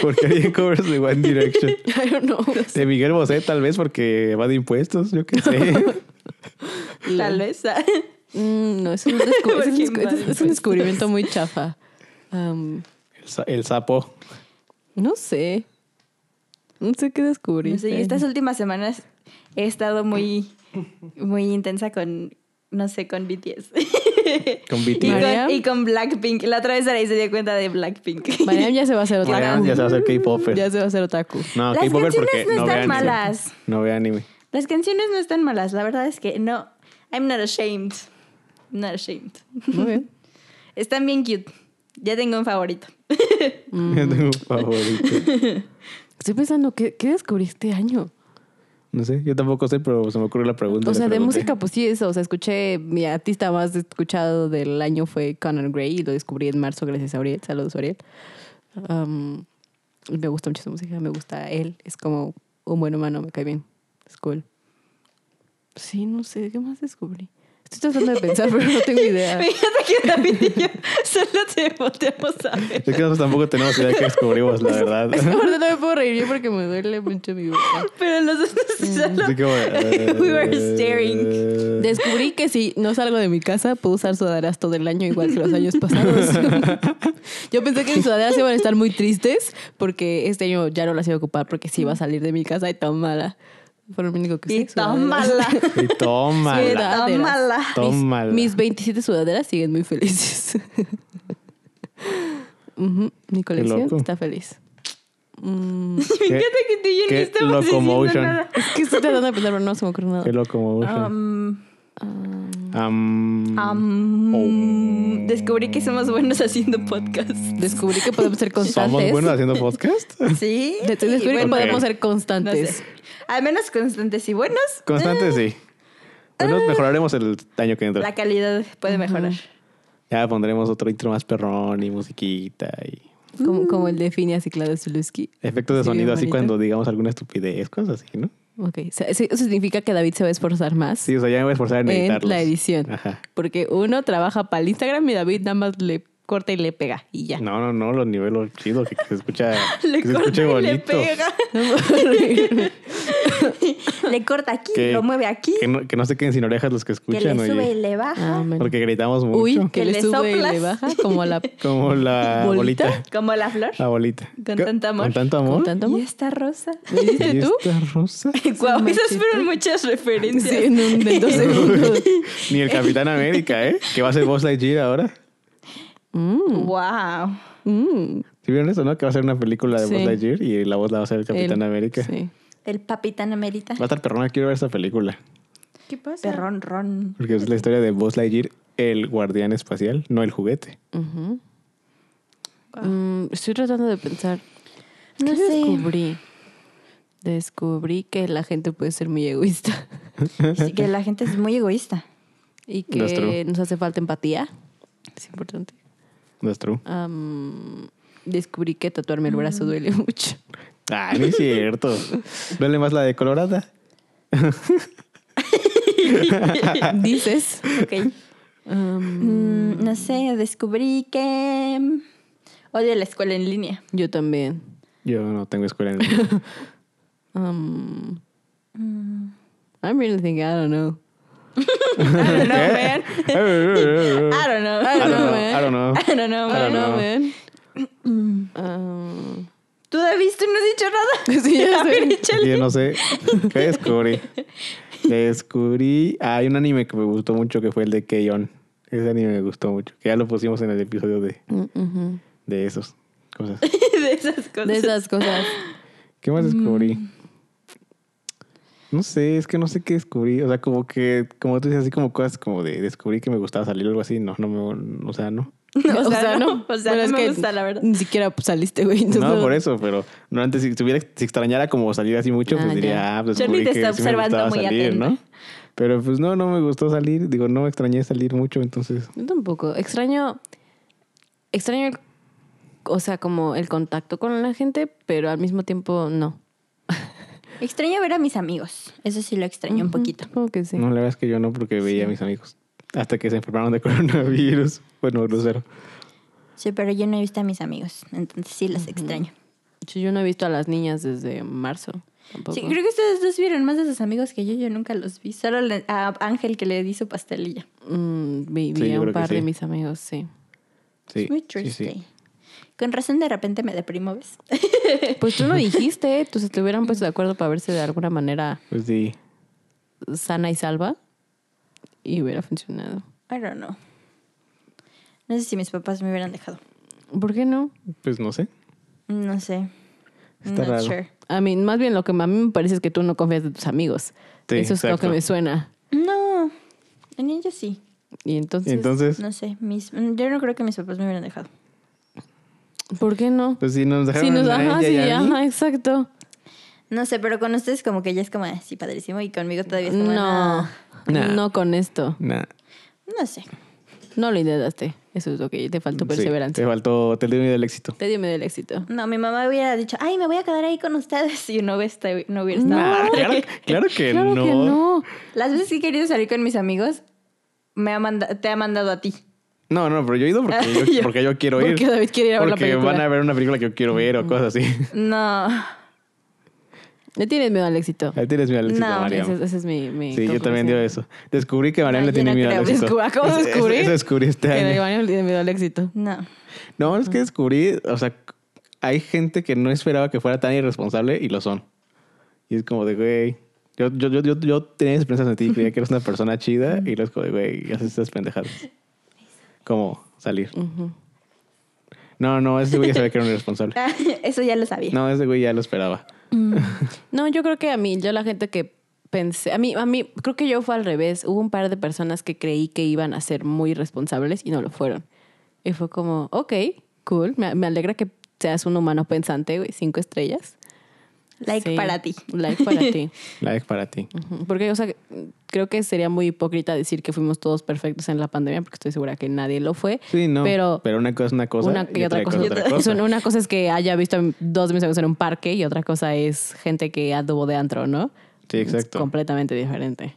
Speaker 3: Porque harían covers de One Direction.
Speaker 2: I don't know.
Speaker 3: De Miguel Bosé, tal vez, porque va de impuestos, yo qué sé.
Speaker 1: Tal vez. ah.
Speaker 2: Mm, no, es un, descu- es un
Speaker 1: Porque
Speaker 2: descu- es- es un descubrimiento muy chafa. Um,
Speaker 3: El, sa- el sapo.
Speaker 2: no sé. No sé qué descubrí.
Speaker 1: No sé, yo estas últimas semanas he estado muy, muy intensa con, no sé, con BTS.
Speaker 3: Con
Speaker 1: Y
Speaker 3: BTS.
Speaker 1: con,
Speaker 2: Mariam.
Speaker 1: y con Blackpink. La otra vez Araí se dio cuenta de Blackpink.
Speaker 2: Mariam ya se va a hacer otaku.
Speaker 3: Mariam ya se va a hacer K-popper.
Speaker 2: Ya se va a hacer otaku.
Speaker 3: No,
Speaker 1: Las canciones
Speaker 3: K-popper porque
Speaker 1: no
Speaker 3: no, ve
Speaker 1: están
Speaker 3: anime.
Speaker 1: malas.
Speaker 3: No ve anime.
Speaker 1: Las canciones no están malas. La verdad es que no. I'm not ashamed. I'm not ashamed.
Speaker 2: Muy bien.
Speaker 1: Están bien cute. Ya tengo un favorito.
Speaker 3: Yo tengo un favorito.
Speaker 2: Estoy pensando, ¿qué, qué descubrí este año?
Speaker 3: No sé, yo tampoco sé, pero se me ocurrió la pregunta.
Speaker 2: O
Speaker 3: le
Speaker 2: sea, de
Speaker 3: pregunté.
Speaker 2: música, pues sí, eso. O sea, escuché, mi artista más escuchado del año fue Conan Gray y lo descubrí en marzo gracias a Uriel. Saludos, Uriel. Um, y me gusta mucho su música, me gusta él. Es como un buen humano, me cae bien. Es cool. Sí, no sé, ¿qué más descubrí? Estoy tratando de pensar, pero no tengo idea.
Speaker 1: Me encanta que David y yo solo te volteamos a ver.
Speaker 3: Es que nosotros tampoco tenemos idea que descubrimos, la verdad.
Speaker 2: Es que ahorita no me puedo reír yo porque me duele mucho mi boca.
Speaker 1: Pero nosotros
Speaker 2: Mm,
Speaker 1: solo...
Speaker 3: Así que, eh,
Speaker 1: We were staring.
Speaker 2: Descubrí que si no salgo de mi casa, puedo usar sudaderas todo el año, igual que los años pasados. Yo pensé que mis sudaderas iban a estar muy tristes, porque este año ya no las iba a ocupar, porque sí iba a salir de mi casa y tómala. Fue lo único que usé.
Speaker 1: Y
Speaker 2: sudaderas.
Speaker 1: tómala.
Speaker 3: Y tómala.
Speaker 2: Sudaderas.
Speaker 1: Tómala.
Speaker 2: Mis-
Speaker 3: Tómala.
Speaker 2: Mis, 27 sudaderas siguen muy felices. Ujú, Mi colección
Speaker 3: loco.
Speaker 2: está feliz. Mm,
Speaker 1: Me encanta que tú y yo no
Speaker 3: qué
Speaker 1: estamos
Speaker 3: locomotion.
Speaker 1: diciendo nada.
Speaker 2: es que estoy tratando de pensar, pero no se me ocurre nada.
Speaker 3: Qué loco, motion.
Speaker 1: Um,
Speaker 3: Am-
Speaker 1: um, Descubrí que somos buenos haciendo podcast.
Speaker 2: Descubrí que podemos ser
Speaker 3: ¿Somos
Speaker 2: constantes.
Speaker 3: buenos haciendo podcast?
Speaker 1: Sí.
Speaker 2: De- Descubrí que
Speaker 1: bueno,
Speaker 2: podemos
Speaker 3: Ok.
Speaker 2: ser
Speaker 1: no
Speaker 2: constantes.
Speaker 1: sé. Al menos constantes y buenos.
Speaker 3: Constante, sí. Bueno, mejoraremos el año que entra.
Speaker 1: eh, La calidad puede mejorar.
Speaker 3: Ya pondremos otro intro más perrón y musiquita y
Speaker 2: Como, como
Speaker 3: Mm.
Speaker 2: el de Fini así claro Zuluski.
Speaker 3: efectos de
Speaker 2: Sí, bien
Speaker 3: sonido, así
Speaker 2: bonito.
Speaker 3: cuando digamos alguna estupidez, cosas así, ¿no?
Speaker 2: Ok. O sea, sí, Eso significa que David se va a esforzar más
Speaker 3: Sí, o sea, ya me voy a esforzar en,
Speaker 2: en
Speaker 3: editarlos.
Speaker 2: la edición.
Speaker 3: Ajá.
Speaker 2: Porque uno trabaja para el Instagram y David nada más le corta y le pega y ya.
Speaker 3: No, no, no, los niveles chido, que, que se escucha,
Speaker 1: Le
Speaker 3: que se escuche
Speaker 1: corta y le
Speaker 3: bonito.
Speaker 1: pega. Le corta aquí,
Speaker 3: Que-
Speaker 1: lo mueve aquí.
Speaker 3: Que no, que no se queden sin orejas los que
Speaker 1: Que
Speaker 3: escuchan,
Speaker 1: le sube y
Speaker 3: oye.
Speaker 1: le baja.
Speaker 2: Ah, man.
Speaker 3: Porque gritamos mucho.
Speaker 2: Uy, que,
Speaker 1: Que
Speaker 2: le,
Speaker 1: le
Speaker 2: sube y le
Speaker 1: soplas.
Speaker 2: baja como la...
Speaker 3: Como la Ah, bolita.
Speaker 2: ¿Bolita?
Speaker 1: Ah, Como la flor.
Speaker 3: La bolita.
Speaker 1: Con
Speaker 3: Co-
Speaker 1: tanto amor.
Speaker 3: Con tanto amor.
Speaker 2: ¿Con tanto amor?
Speaker 1: Y esta rosa.
Speaker 2: ¿Le diste
Speaker 3: ¿Y
Speaker 2: tú?
Speaker 3: esta rosa?
Speaker 1: Guau, esas
Speaker 2: machito.
Speaker 1: fueron muchas referencias.
Speaker 2: Sí, en, un, en dos segundos.
Speaker 3: Ni el Capitán América, ¿eh? Que va a ser Buzz Lightyear ahora.
Speaker 1: Wow.
Speaker 2: Mm,
Speaker 3: ¿Sí vieron eso, no? Que va a ser una película de
Speaker 2: Sí.
Speaker 3: Buzz Lightyear y la voz la va a ser el Capitán
Speaker 2: él.
Speaker 3: América.
Speaker 2: Sí.
Speaker 1: El Papitán América.
Speaker 3: Va a estar perrona, quiero ver esta película.
Speaker 4: ¿Qué pasa?
Speaker 1: Perrón, ron.
Speaker 3: Porque es la historia de Buzz Lightyear, el guardián espacial, no el juguete.
Speaker 2: Ujú. Mm, estoy tratando de pensar. ¿Qué
Speaker 1: No sé.
Speaker 2: descubrí? Descubrí que la gente puede ser muy egoísta
Speaker 1: Sí, que la gente es muy egoísta.
Speaker 2: y
Speaker 3: That's
Speaker 2: que
Speaker 3: true.
Speaker 2: nos hace falta empatía. Es importante.
Speaker 3: That's true.
Speaker 2: Am, descubrí que tatuarme el
Speaker 1: Mm.
Speaker 2: brazo duele mucho.
Speaker 3: Ah, no es cierto. Duele más la de colorada.
Speaker 2: Dices.
Speaker 1: Ok.
Speaker 2: Am,
Speaker 1: Mm, no sé, descubrí que mm, odio la escuela en línea.
Speaker 2: yo también.
Speaker 3: Yo no tengo escuela en línea.
Speaker 2: Am,
Speaker 1: Mm.
Speaker 2: I'm really thinking, I don't know.
Speaker 1: I don't know, man.
Speaker 2: Ah,
Speaker 1: I don't know.
Speaker 3: I
Speaker 1: I
Speaker 3: don't
Speaker 1: don't
Speaker 3: know, I
Speaker 1: know. I
Speaker 3: don't know.
Speaker 1: don't know,
Speaker 2: I don't
Speaker 1: man.
Speaker 2: know, man.
Speaker 1: Mm.
Speaker 2: Am,
Speaker 1: Tú, David, tú no has dicho nada.
Speaker 2: Sí, ya
Speaker 1: A
Speaker 2: sé.
Speaker 1: ver, échale.
Speaker 3: Yo no sé. ¿Qué descubrí? Descubrí. ah, Hay un anime que me gustó mucho que fue el de Keyon. Ese anime me gustó mucho. Que ya lo pusimos en el episodio de,
Speaker 2: mm, mhm.
Speaker 3: de esos cosas.
Speaker 1: de esas cosas.
Speaker 2: De esas cosas.
Speaker 3: ¿Qué más descubrí?
Speaker 1: Mm.
Speaker 3: No sé, es que no sé qué descubrí. O sea, como que, como tú dices, así como cosas como de descubrí que me gustaba salir o algo así. No, no me, o sea, no.
Speaker 1: O sea, no. O sea, no
Speaker 2: Bueno, es
Speaker 1: me
Speaker 2: que
Speaker 1: gusta, la verdad.
Speaker 2: Ni siquiera pues, saliste, güey. entonces
Speaker 3: No, por eso, pero no antes si tuviera, si extrañara como salir así mucho,
Speaker 2: Ah,
Speaker 3: pues
Speaker 2: ya.
Speaker 3: diría, ah, pues
Speaker 1: Charlie
Speaker 3: descubrí
Speaker 1: te
Speaker 3: que
Speaker 1: está
Speaker 3: sí me
Speaker 1: observando
Speaker 3: gustaba
Speaker 1: muy
Speaker 3: salir,
Speaker 1: atenta.
Speaker 3: ¿no? Pero pues no, no me gustó salir, digo, no extrañé salir mucho, entonces
Speaker 2: Yo tampoco. Extraño. Extraño el- O sea, como el contacto con la gente, pero al mismo tiempo no.
Speaker 1: Extraño ver a mis amigos. Eso sí lo extraño un poquito.
Speaker 2: Como que sí.
Speaker 3: no, la verdad es que yo no porque veía a mis amigos hasta que se enfermaron de coronavirus. Bueno, grosero.
Speaker 1: Sí, pero yo no he visto a mis amigos. Entonces sí los extraño.
Speaker 2: Yo, yo no he visto a las niñas desde marzo. Tampoco.
Speaker 1: Sí, creo que ustedes dos vieron más de sus amigos que yo. Yo nunca los vi. Solo le- a Ángel que le di su pastelilla.
Speaker 2: Mm, vi,
Speaker 3: Sí,
Speaker 2: vi
Speaker 3: yo
Speaker 2: a un
Speaker 3: creo que
Speaker 2: par de
Speaker 3: sí.
Speaker 2: mis amigos, sí.
Speaker 3: Sí,
Speaker 1: es muy
Speaker 3: sí,
Speaker 1: triste.
Speaker 3: sí.
Speaker 1: Con razón de repente me deprimo, ¿ves?
Speaker 2: Pues tú no dijiste, ¿eh? pues se te hubieran puesto de acuerdo para verse de alguna manera
Speaker 3: Pues sí.
Speaker 2: sana y salva y hubiera funcionado.
Speaker 1: I don't know. No sé si mis papás me hubieran dejado.
Speaker 2: ¿Por qué no?
Speaker 3: Pues no sé.
Speaker 1: No sé.
Speaker 3: Está
Speaker 1: Not
Speaker 3: raro.
Speaker 1: sure.
Speaker 2: A mí, más bien lo que a mí me parece es que tú no confías de tus amigos.
Speaker 3: Sí,
Speaker 2: Eso es lo
Speaker 3: exacto.
Speaker 2: que me suena.
Speaker 1: No. En ella sí.
Speaker 2: Y entonces,
Speaker 3: Entonces,
Speaker 1: No sé. Mis, yo no creo que mis papás me hubieran dejado.
Speaker 2: ¿por qué no?
Speaker 3: pues sí, nos dejaron
Speaker 2: Sí, nos,
Speaker 3: a ella
Speaker 2: ajá, sí,
Speaker 3: y a mí.
Speaker 2: ajá, exacto.
Speaker 1: No sé, pero con ustedes como que ya es como así padrísimo y conmigo todavía es como...
Speaker 2: No,
Speaker 1: "Nah".
Speaker 3: Nah.
Speaker 2: no con esto.
Speaker 3: Nah,
Speaker 1: No sé.
Speaker 2: No lo intentaste. Eso es lo que te faltó
Speaker 3: sí,
Speaker 2: perseverancia.
Speaker 3: te faltó, te dio miedo el éxito.
Speaker 2: Te dio miedo el éxito.
Speaker 1: No, mi mamá hubiera dicho, ay, me voy a quedar ahí con ustedes y no, hubiera estado- no hubiera estado
Speaker 3: Nah,
Speaker 1: padre.
Speaker 3: claro, claro que
Speaker 2: Claro
Speaker 3: no.
Speaker 2: que no.
Speaker 1: Las veces que he querido salir con mis amigos, me ha manda- te ha mandado a ti.
Speaker 3: No, no, pero yo he ido porque yo, porque yo quiero ir.
Speaker 2: Porque David quiere ir a ver la
Speaker 3: Porque
Speaker 2: película.
Speaker 3: van a ver una película que yo quiero ver o cosas así.
Speaker 1: No.
Speaker 2: Le tienes miedo al éxito.
Speaker 3: Ahí tienes miedo al éxito,
Speaker 1: No,
Speaker 3: Mariam.
Speaker 2: Ese, pues, es- pues, ese es mi, mi
Speaker 3: Sí, yo también digo
Speaker 2: conclusión.
Speaker 3: eso. Descubrí que Mariam
Speaker 1: No,
Speaker 3: le
Speaker 1: yo
Speaker 3: tiene
Speaker 1: no
Speaker 3: miedo al
Speaker 1: creo.
Speaker 3: éxito.
Speaker 2: Descubrí- acabo de
Speaker 3: Eso- eso-
Speaker 2: descubrir
Speaker 3: Eso descubrí este
Speaker 2: Que
Speaker 3: año.
Speaker 2: Daniel le tiene miedo al éxito.
Speaker 1: No.
Speaker 3: No, es que descubrí, o sea, hay gente que no esperaba que fuera tan irresponsable y lo son. Y es como de, güey, yo, yo, yo, yo, yo tenía experiencias en ti, creía que eres una persona chida y luego es como de, güey, haces estas pendejadas. Como salir. No, no, ese güey ya sabía que era un irresponsable.
Speaker 1: Eso ya lo sabía.
Speaker 3: No, ese güey ya lo esperaba.
Speaker 2: No, yo creo que a mí, yo la gente que pensé, a mí, a mí, creo que yo fue al revés. Hubo un par de personas que creí que iban a ser muy responsables y no lo fueron. Y fue como, ok, cool, me, me alegra que seas un humano pensante, güey, cinco estrellas.
Speaker 1: Like
Speaker 2: Sí,
Speaker 1: para ti.
Speaker 2: Like para ti.
Speaker 3: Like para ti.
Speaker 2: Ujú, Porque, o sea, creo que sería muy hipócrita decir que fuimos todos perfectos en la pandemia, porque estoy segura que nadie lo fue.
Speaker 3: Sí, no.
Speaker 2: Pero,
Speaker 3: Pero, una cosa es una cosa.
Speaker 2: una y otra cosa.
Speaker 3: es otra cosa.
Speaker 2: Son- Una cosa es que haya visto a dos de mis amigos en un parque y otra cosa es gente que anduvo de antro, ¿no?
Speaker 3: Sí,
Speaker 2: Es
Speaker 3: exacto.
Speaker 2: completamente diferente.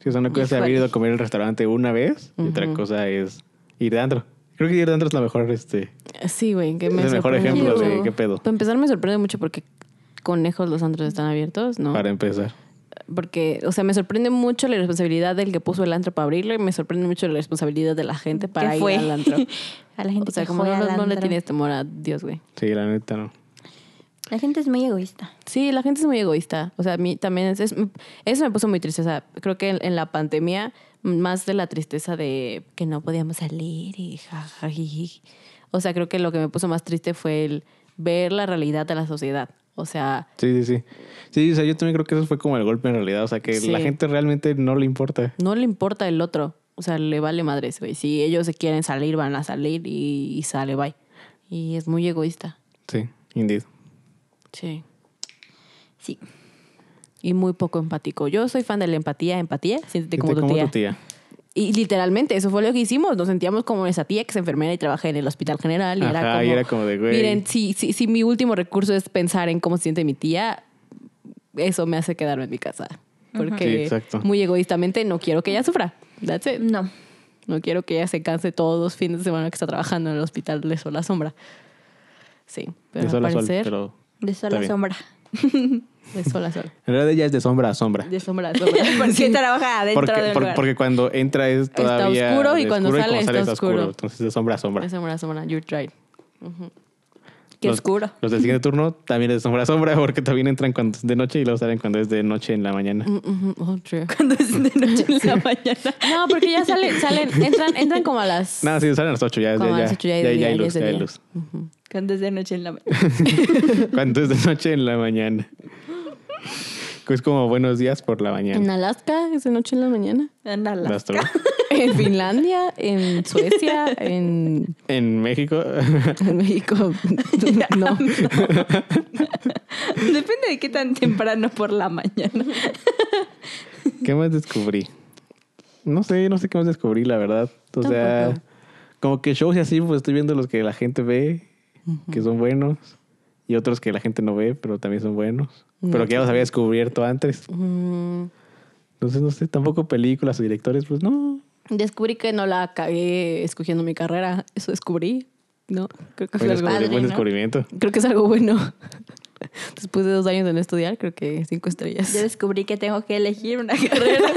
Speaker 3: Sí, o sea, una cosa es haber
Speaker 1: Híjole.
Speaker 3: ido a comer al restaurante una vez y otra cosa es ir de antro. Creo que ir de antro es la mejor, este.
Speaker 2: Sí, güey. que
Speaker 3: Es
Speaker 2: me
Speaker 3: el mejor
Speaker 2: sorprendió.
Speaker 3: ejemplo de qué pedo.
Speaker 2: Para empezar, me sorprende mucho porque conejos los antros están abiertos, ¿no?
Speaker 3: Para empezar.
Speaker 2: Porque, o sea, me sorprende mucho la responsabilidad del que puso el antro para abrirlo y me sorprende mucho la responsabilidad de la gente para
Speaker 1: ¿Qué
Speaker 2: ir
Speaker 1: fue?
Speaker 2: al antro.
Speaker 1: a la gente
Speaker 2: O sea,
Speaker 1: que
Speaker 2: como
Speaker 1: fue
Speaker 2: no,
Speaker 1: al
Speaker 2: no le
Speaker 1: antro.
Speaker 2: tienes temor a Dios, güey.
Speaker 3: Sí, la neta no.
Speaker 1: La gente es muy egoísta.
Speaker 2: Sí, la gente es muy egoísta. O sea, a mí también es, es- eso me puso muy triste. O sea, creo que en, en la pandemia, más de la tristeza de que no podíamos salir y jajajiji. O sea, creo que lo que me puso más triste fue el ver la realidad de la sociedad. O sea,
Speaker 3: Sí, sí, sí. Sí, o sea, yo también creo que eso fue como el golpe en realidad. O sea, que
Speaker 2: Sí.
Speaker 3: la gente realmente no le importa.
Speaker 2: no le importa el otro. O sea, le vale madre ese güey. Si ellos se quieren salir, van a salir y, y sale, bye. Y es muy egoísta.
Speaker 3: Sí, indeed.
Speaker 2: Sí.
Speaker 1: Sí.
Speaker 2: Y muy poco empático. Yo soy fan de la empatía. Empatía, siéntete como,
Speaker 3: Te
Speaker 2: tu, tía. Y literalmente, eso fue lo que hicimos. Nos sentíamos como esa tía que es enfermera y trabaja en el hospital general. Y, era,
Speaker 3: Ajá,
Speaker 2: como,
Speaker 3: y era como de, güey.
Speaker 2: Miren, si, si, si mi último recurso es pensar en cómo se siente mi tía, eso me hace quedarme en mi casa.
Speaker 3: Sí,
Speaker 2: Porque
Speaker 3: exacto.
Speaker 2: muy egoístamente no quiero que ella sufra. That's it.
Speaker 1: No.
Speaker 2: No quiero que ella se canse todos los fines de semana que está trabajando en el hospital de sol a sombra. Sí, pero
Speaker 3: de sol a
Speaker 2: al
Speaker 3: sol,
Speaker 2: parecer,
Speaker 3: pero
Speaker 1: De sol
Speaker 3: Está
Speaker 1: a
Speaker 3: bien.
Speaker 1: sombra.
Speaker 2: de sol a sol.
Speaker 3: en realidad ella es de sombra a sombra.
Speaker 2: De sombra a sombra.
Speaker 1: Porque
Speaker 2: Sí.
Speaker 1: trabaja adentro
Speaker 3: Porque,
Speaker 1: del
Speaker 3: por-
Speaker 1: lugar.
Speaker 3: porque cuando entra es
Speaker 2: Está
Speaker 3: todavía
Speaker 2: oscuro y
Speaker 3: de
Speaker 2: cuando sale está oscuro.
Speaker 3: Entonces de sombra a sombra.
Speaker 2: De sombra a sombra, you're right.
Speaker 1: Qué
Speaker 3: los,
Speaker 1: oscuro.
Speaker 3: Los del siguiente turno también es de sombra a sombra porque también entran cuando es de noche y luego salen cuando es de noche en la mañana.
Speaker 2: Mm, mhm, oh, true.
Speaker 1: Cuando es de noche en la mañana.
Speaker 2: No, porque ya salen, salen, entran, entran como a las...
Speaker 3: Nada, sí, salen a las 8 ya, es de-
Speaker 2: Como a
Speaker 3: ya,
Speaker 2: las ocho ya
Speaker 3: ya,
Speaker 2: es de
Speaker 3: ya hay
Speaker 2: día, ya
Speaker 3: luz,
Speaker 2: es de
Speaker 3: ya hay
Speaker 2: día.
Speaker 3: luz.
Speaker 1: Cuando es de noche en la mañana.
Speaker 3: Cuando es de noche en la mañana. Es como buenos días por la
Speaker 2: En
Speaker 3: mañana.
Speaker 2: Alaska, es de noche en la mañana.
Speaker 1: Ándala.
Speaker 3: Las tro-
Speaker 2: En Finlandia, en Suecia, en,
Speaker 3: En México,
Speaker 2: en México. No.
Speaker 1: Depende de qué tan temprano por la mañana.
Speaker 3: ¿qué más descubrí? No sé, no sé qué más descubrí, la verdad. O sea,
Speaker 2: Tampoco.
Speaker 3: como que shows y así, pues estoy viendo los que la gente ve, que son buenos, y otros que la gente no ve, pero también son buenos. Pero que ya los había descubierto antes.
Speaker 2: Mm,
Speaker 3: Entonces, no sé, tampoco películas o directores, pues no.
Speaker 2: Descubrí que no la cagué escogiendo mi carrera. Eso descubrí. No, creo
Speaker 3: Buen,
Speaker 2: que fue algo
Speaker 3: descubri-
Speaker 1: padre,
Speaker 3: buen
Speaker 1: ¿no?
Speaker 3: descubrimiento.
Speaker 2: Creo que es algo bueno. Después de dos años de no estudiar, creo que cinco estrellas.
Speaker 1: Yo descubrí que tengo que elegir una carrera.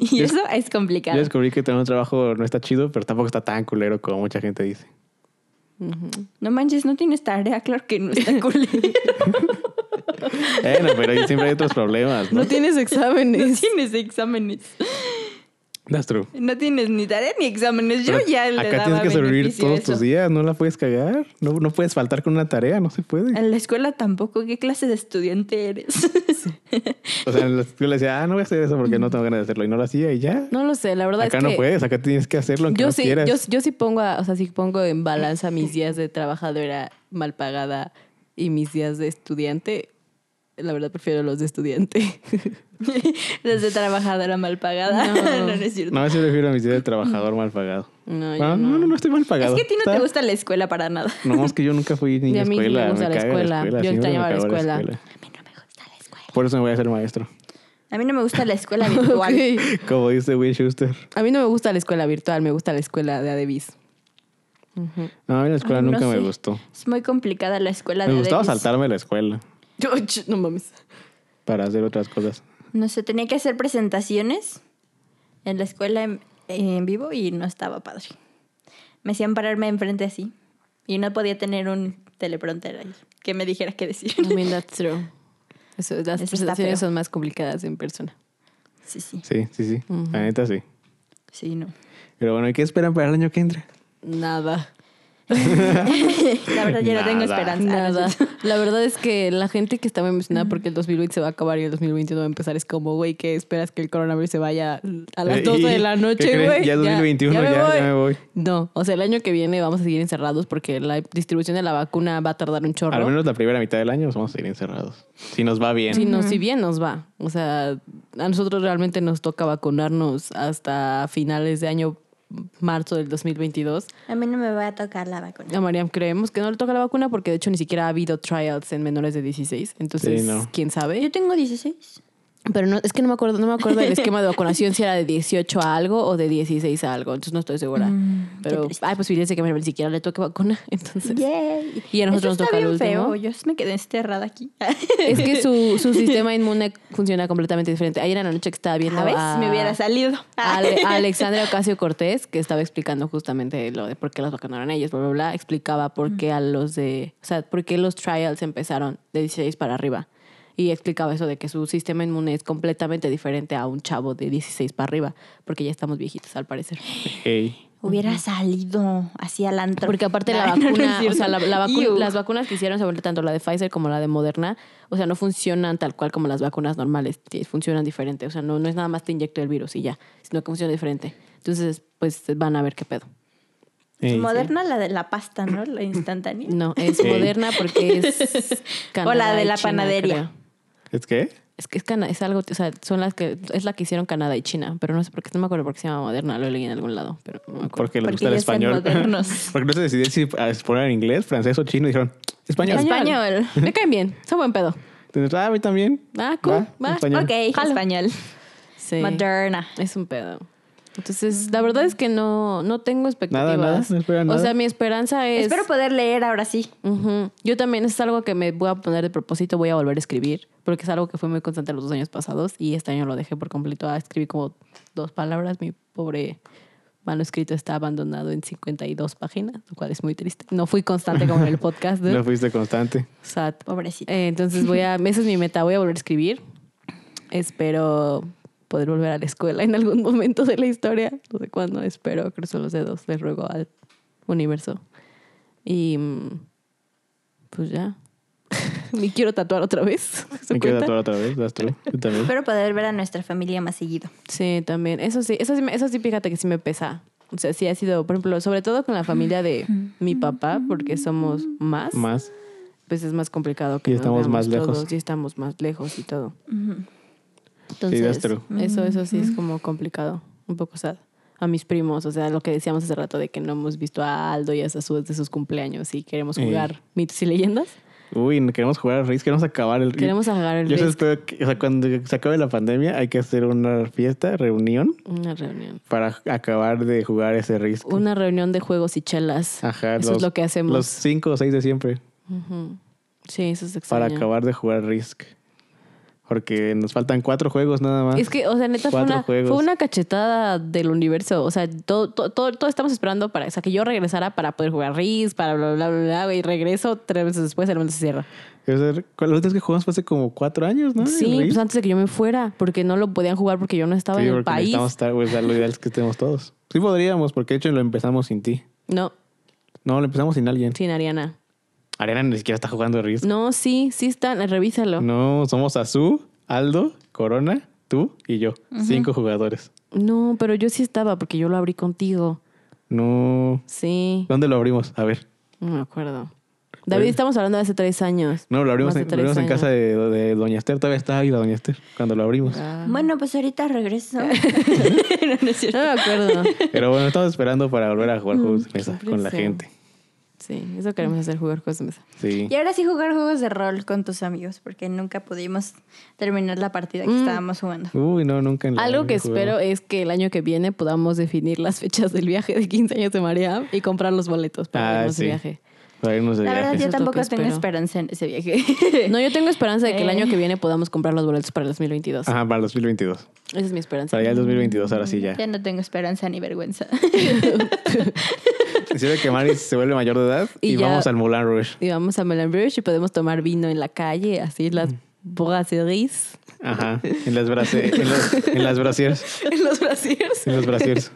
Speaker 1: y eso es
Speaker 3: Yo
Speaker 1: complicado.
Speaker 3: descubrí que tener un trabajo no está chido, pero tampoco está tan culero como mucha gente dice.
Speaker 1: No manches, no tienes tarea, claro que no está cool.
Speaker 3: Bueno, pero ahí siempre hay otros problemas, ¿no?
Speaker 2: No tienes
Speaker 1: no
Speaker 2: exámenes.
Speaker 1: tienes exámenes.
Speaker 3: That's true.
Speaker 1: No tienes ni tarea ni exámenes. Yo
Speaker 3: Pero
Speaker 1: ya le
Speaker 3: acá
Speaker 1: daba
Speaker 3: tienes que sobrevivir
Speaker 1: beneficio a
Speaker 3: todos
Speaker 1: eso.
Speaker 3: tus días, no la puedes cagar, no, no puedes faltar con una tarea, no se puede.
Speaker 1: En la escuela tampoco. ¿Qué clase de estudiante eres?
Speaker 3: O sea, en la escuela decía, ah, no voy a hacer eso porque no tengo ganas de hacerlo y no lo hacía y ya.
Speaker 2: No lo sé, la verdad
Speaker 3: acá
Speaker 2: es que.
Speaker 3: no puedes, acá tienes que hacerlo aunque
Speaker 2: Yo
Speaker 3: no
Speaker 2: sí,
Speaker 3: quieras.
Speaker 2: yo, yo sí pongo, a- o sea, sí pongo en balanza mis días de trabajadora mal pagada y mis días de estudiante. La verdad prefiero los de estudiante.
Speaker 1: Desde trabajadora mal pagada.
Speaker 2: No.
Speaker 1: No, no, es cierto.
Speaker 3: No, yo prefiero mis días de trabajador mal pagado.
Speaker 2: No, yo
Speaker 3: Bueno, Ah, no, no, no estoy mal
Speaker 1: Es
Speaker 3: pagado.
Speaker 1: que a ti no
Speaker 3: Está-
Speaker 1: te gusta la escuela para nada.
Speaker 3: No, es que yo nunca fui
Speaker 2: Y
Speaker 3: niña
Speaker 2: a mí sí me
Speaker 3: escuela.
Speaker 2: gusta la
Speaker 3: caga
Speaker 2: escuela. Yo
Speaker 3: siempre me
Speaker 2: extrañaba la
Speaker 3: cagó
Speaker 2: escuela.
Speaker 1: A mí no me gusta la escuela.
Speaker 3: Por eso me voy a hacer maestro.
Speaker 1: A mí no me gusta la escuela virtual.
Speaker 2: Ok.
Speaker 3: Como dice Will Schuster.
Speaker 2: A mí no me gusta la escuela virtual, me gusta la escuela de Adebis.
Speaker 3: No, a mí la escuela
Speaker 1: Ay, no
Speaker 3: nunca me
Speaker 1: sé.
Speaker 3: gustó.
Speaker 1: Es muy complicada la escuela
Speaker 3: Me
Speaker 1: de
Speaker 3: gustaba
Speaker 1: Davis.
Speaker 3: saltarme la escuela
Speaker 2: Yo, ch- no mames.
Speaker 3: para hacer otras cosas.
Speaker 1: No sé, tenía que hacer presentaciones en la escuela en, en vivo y no estaba padre. Me hacían pararme enfrente así y no podía tener un teleprompter ahí que me dijera qué decir.
Speaker 2: I mean, that's true. Eso- las
Speaker 1: Eso está
Speaker 2: presentaciones
Speaker 1: feo.
Speaker 2: son más complicadas en persona.
Speaker 1: Sí, sí,
Speaker 3: Sí, sí, sí. La neta sí.
Speaker 1: sí, no.
Speaker 3: Pero bueno, ¿y qué esperan para el año que entra?
Speaker 2: Nada.
Speaker 1: La verdad ya no tengo
Speaker 3: Nada.
Speaker 1: esperanza. Ah, no
Speaker 2: Nada.
Speaker 1: es cierto.
Speaker 2: La verdad es que la gente que estaba emocionada porque el 2020 se va a acabar y el 2021 va a empezar es como, güey, que esperas que el coronavirus se vaya a las
Speaker 3: Eh,
Speaker 2: 12 de la
Speaker 3: ¿qué
Speaker 2: noche,
Speaker 3: creen?
Speaker 2: güey.
Speaker 3: Ya es 2021, ya, ya me voy.
Speaker 2: No, o sea, el año que viene vamos a seguir encerrados porque la distribución de la vacuna va a tardar un chorro.
Speaker 3: Al menos la primera mitad del año nos vamos a ir encerrados. Si nos va bien.
Speaker 2: Si, no, si bien nos va. O sea, a nosotros realmente nos toca vacunarnos hasta finales de año, marzo del 2022.
Speaker 1: A mí no me va a tocar la vacuna.
Speaker 2: A Mariam creemos que no le toca la vacuna porque de hecho ni siquiera ha habido trials en menores de 16. Entonces,
Speaker 3: Sí, no.
Speaker 2: quién sabe.
Speaker 1: Yo tengo 16.
Speaker 2: Pero no, es que no me acuerdo, no me acuerdo del esquema de vacunación si era de 18 a algo o de 16 a algo, entonces no estoy segura.
Speaker 1: Mm, qué
Speaker 2: Pero
Speaker 1: triste.
Speaker 2: hay posibilidades de que Maribel ni siquiera le toque vacuna, entonces.
Speaker 1: Yay.
Speaker 2: Y a nosotros
Speaker 1: Eso está
Speaker 2: nos toca el
Speaker 1: bien feo.
Speaker 2: último.
Speaker 1: Yo me quedé enterrada aquí.
Speaker 2: Es que su, su sistema inmune funciona completamente diferente. Ayer en la noche que estaba viendo
Speaker 1: a ver
Speaker 2: a-
Speaker 1: si me hubiera salido.
Speaker 2: a ah. Ale- a Alexandra Ocasio Cortés, que estaba explicando justamente lo de por qué las vacunaron a ellos, bla, bla, bla, explicaba por qué a los de, o sea, por qué los trials empezaron de 16 para arriba. Y explicaba eso de que su sistema inmune es completamente diferente a un chavo de 16 para arriba, porque ya estamos viejitos al parecer.
Speaker 3: Ey.
Speaker 1: Hubiera salido así al antro.
Speaker 2: Porque aparte
Speaker 1: Nah,
Speaker 2: la
Speaker 1: no, no es
Speaker 2: vacuna, o
Speaker 1: cierto.
Speaker 2: sea, la, la vacu-
Speaker 1: Iu.
Speaker 2: las vacunas que hicieron, sobre tanto la de Pfizer como la de Moderna, o sea, no funcionan tal cual como las vacunas normales, sí, funcionan diferente. O sea, no, no es nada más te inyecto el virus y ya, sino que funciona diferente. Entonces, pues van a ver qué pedo.
Speaker 3: Ey,
Speaker 1: Moderna, la de la pasta, ¿no? La instantánea.
Speaker 2: No, es
Speaker 3: Ey.
Speaker 2: Moderna porque es. Canadá
Speaker 1: O la de
Speaker 2: y
Speaker 1: la
Speaker 2: China,
Speaker 1: panadería.
Speaker 2: creo.
Speaker 3: ¿Es qué?
Speaker 2: Es que es, cana- es algo, o sea, son las que, es la que hicieron Canadá y China, pero no sé por qué, no me acuerdo por qué se llama Moderna, lo leí en algún lado, pero no me acuerdo.
Speaker 3: Porque les
Speaker 1: Porque
Speaker 3: gusta el
Speaker 1: ya están
Speaker 3: español.
Speaker 1: modernos.
Speaker 3: Porque no se decidían si ah, poner en inglés, francés o chino. y Dijeron, español.
Speaker 1: Español.
Speaker 2: Me caen bien, son buen pedo.
Speaker 3: Entonces, ah, a mí también.
Speaker 2: Ah, cool, va.
Speaker 3: español.
Speaker 1: Ok,
Speaker 2: Jalo.
Speaker 1: español.
Speaker 2: Sí.
Speaker 1: Moderna.
Speaker 2: Es un pedo. Entonces, la verdad es que no, no tengo expectativas.
Speaker 3: nada, no esperan
Speaker 2: O
Speaker 3: nada.
Speaker 2: sea, mi esperanza es.
Speaker 1: Espero poder leer ahora sí.
Speaker 2: Ujú. Yo también es algo que me voy a poner de propósito, voy a volver a escribir, porque es algo que fue muy constante los dos años pasados y este año lo dejé por completo. Ah, escribí como dos palabras, mi pobre manuscrito está abandonado en 52 páginas, lo cual es muy triste. No fui constante como en el podcast. dude.
Speaker 3: No fuiste constante.
Speaker 2: Sad.
Speaker 1: Pobrecito.
Speaker 2: Eh, entonces voy a, esa es mi meta, voy a volver a escribir. Espero poder volver a la escuela en algún momento de la historia, no sé cuándo, espero, cruzo los dedos, le ruego al universo. Y mm, pues ya. Me quiero tatuar otra vez. ¿se
Speaker 3: Me queda
Speaker 2: cuenta?
Speaker 3: todo otra vez, das tú. Yo también.
Speaker 1: Espero poder ver a nuestra familia más seguido.
Speaker 2: Sí, también. Eso sí, eso sí, me- eso sí, fíjate que sí me pesa. O sea, sí ha sido, por ejemplo, sobre todo con la familia de mi papá, porque somos más.
Speaker 3: Más.
Speaker 2: pues es más complicado que
Speaker 3: Y
Speaker 2: nos
Speaker 3: estamos
Speaker 2: veamos
Speaker 3: más lejos.
Speaker 2: todos, y estamos más lejos y todo.
Speaker 3: Sí,
Speaker 2: Entonces,
Speaker 3: that's true.
Speaker 2: eso, eso sí es como complicado, un poco sad. A mis primos, o sea, lo que decíamos hace rato de que no hemos visto a Aldo y a Sasu de sus cumpleaños y queremos
Speaker 3: Eh.
Speaker 2: jugar mitos y leyendas.
Speaker 3: Uy, no queremos jugar al Risk, queremos acabar el Risk.
Speaker 2: Queremos agarrar el
Speaker 3: Yo solo
Speaker 2: Risk.
Speaker 3: espero que, o sea, cuando se acabe la pandemia hay que hacer una fiesta, reunión,
Speaker 2: Una reunión.
Speaker 3: para acabar de jugar ese Risk.
Speaker 2: Una reunión de juegos y chelas.
Speaker 3: Ajá,
Speaker 2: eso es lo que hacemos.
Speaker 3: Los cinco o seis de siempre,
Speaker 2: Ujú. Sí, eso es
Speaker 3: para
Speaker 2: extraño.
Speaker 3: acabar de jugar Risk. Porque nos faltan cuatro juegos nada más.
Speaker 2: Es que, o sea, neta, fue
Speaker 3: Cuatro
Speaker 2: una,
Speaker 3: juegos.
Speaker 2: fue una cachetada del universo. O sea, todo, todo, todo, todo estamos esperando para, o sea, que yo regresara para poder jugar RIS, para bla, bla, bla, bla, bla, y regreso tres veces después, el mundo se cierra.
Speaker 3: Es decir, ¿cuál- la última vez que jugamos fue hace como cuatro años, ¿no? El
Speaker 2: sí,
Speaker 3: Risk.
Speaker 2: pues antes de que yo me fuera, porque no lo podían jugar porque yo no estaba
Speaker 3: Sí,
Speaker 2: en el
Speaker 3: porque
Speaker 2: país.
Speaker 3: necesitamos estar, pues, lo ideal es que estemos todos. Sí podríamos, porque de hecho lo empezamos sin ti.
Speaker 2: No,
Speaker 3: No, lo empezamos sin alguien.
Speaker 2: sin Ariana.
Speaker 3: Arena ni siquiera está jugando Risk.
Speaker 2: No, sí, sí están, revísalo. No,
Speaker 3: No, somos Azú, Aldo, Corona, tú y yo. Cinco jugadores.
Speaker 2: pero yo sí estaba porque yo lo abrí contigo.
Speaker 3: No.
Speaker 2: Sí,
Speaker 3: ¿Dónde lo abrimos? A ver.
Speaker 2: no me acuerdo. David, estamos hablando de hace tres años.
Speaker 3: Pues No, lo abrimos,
Speaker 2: Más de
Speaker 3: en, lo
Speaker 2: tres
Speaker 3: abrimos en
Speaker 2: años.
Speaker 3: casa de, de Doña Esther. Todavía estaba viva Doña Esther cuando lo abrimos.
Speaker 2: Ah.
Speaker 1: Bueno, pues ahorita regreso.
Speaker 2: No me acuerdo.
Speaker 3: Pero bueno, estamos esperando para volver a
Speaker 2: Mm,
Speaker 3: jugar juegos de mesa
Speaker 2: siempre
Speaker 3: con la
Speaker 2: sé.
Speaker 3: gente.
Speaker 2: Sí, eso queremos hacer, jugar juegos de mesa.
Speaker 3: Sí.
Speaker 1: y ahora sí jugar juegos de rol con tus amigos, porque nunca pudimos terminar la partida que
Speaker 2: Mm.
Speaker 1: estábamos jugando.
Speaker 3: Uy, no, nunca en la
Speaker 2: Algo que
Speaker 3: vida he jugado.
Speaker 2: espero es que el año que viene podamos definir las fechas del viaje de 15 años de María y comprar los boletos para
Speaker 3: Ah,
Speaker 2: irnos de
Speaker 3: sí.
Speaker 2: viaje.
Speaker 3: Para irnos de
Speaker 1: La verdad,
Speaker 3: viaje.
Speaker 2: Eso
Speaker 1: yo
Speaker 2: es lo
Speaker 1: tampoco
Speaker 2: que
Speaker 1: tengo
Speaker 2: espero.
Speaker 1: esperanza en ese viaje.
Speaker 2: No, yo tengo esperanza de que el
Speaker 1: Eh.
Speaker 2: año que viene podamos comprar los boletos para el 2022.
Speaker 3: Ajá, para el 2022.
Speaker 2: Esa es mi esperanza.
Speaker 3: Para ya el 2022, ahora sí ya.
Speaker 1: Mm,
Speaker 2: Mm,
Speaker 1: Ya no tengo esperanza ni vergüenza.
Speaker 3: Sirve que Mari se vuelve mayor de edad
Speaker 2: Y
Speaker 3: y,
Speaker 2: ya-
Speaker 3: vamos al Moulin Rouge.
Speaker 2: Y vamos a Melon Bridge y podemos tomar vino en la calle, así las
Speaker 3: Mm.
Speaker 2: brasseries.
Speaker 3: Ajá. En las, brase- en los- en las brasiers.
Speaker 2: en los brasieres.
Speaker 3: En los brasiers.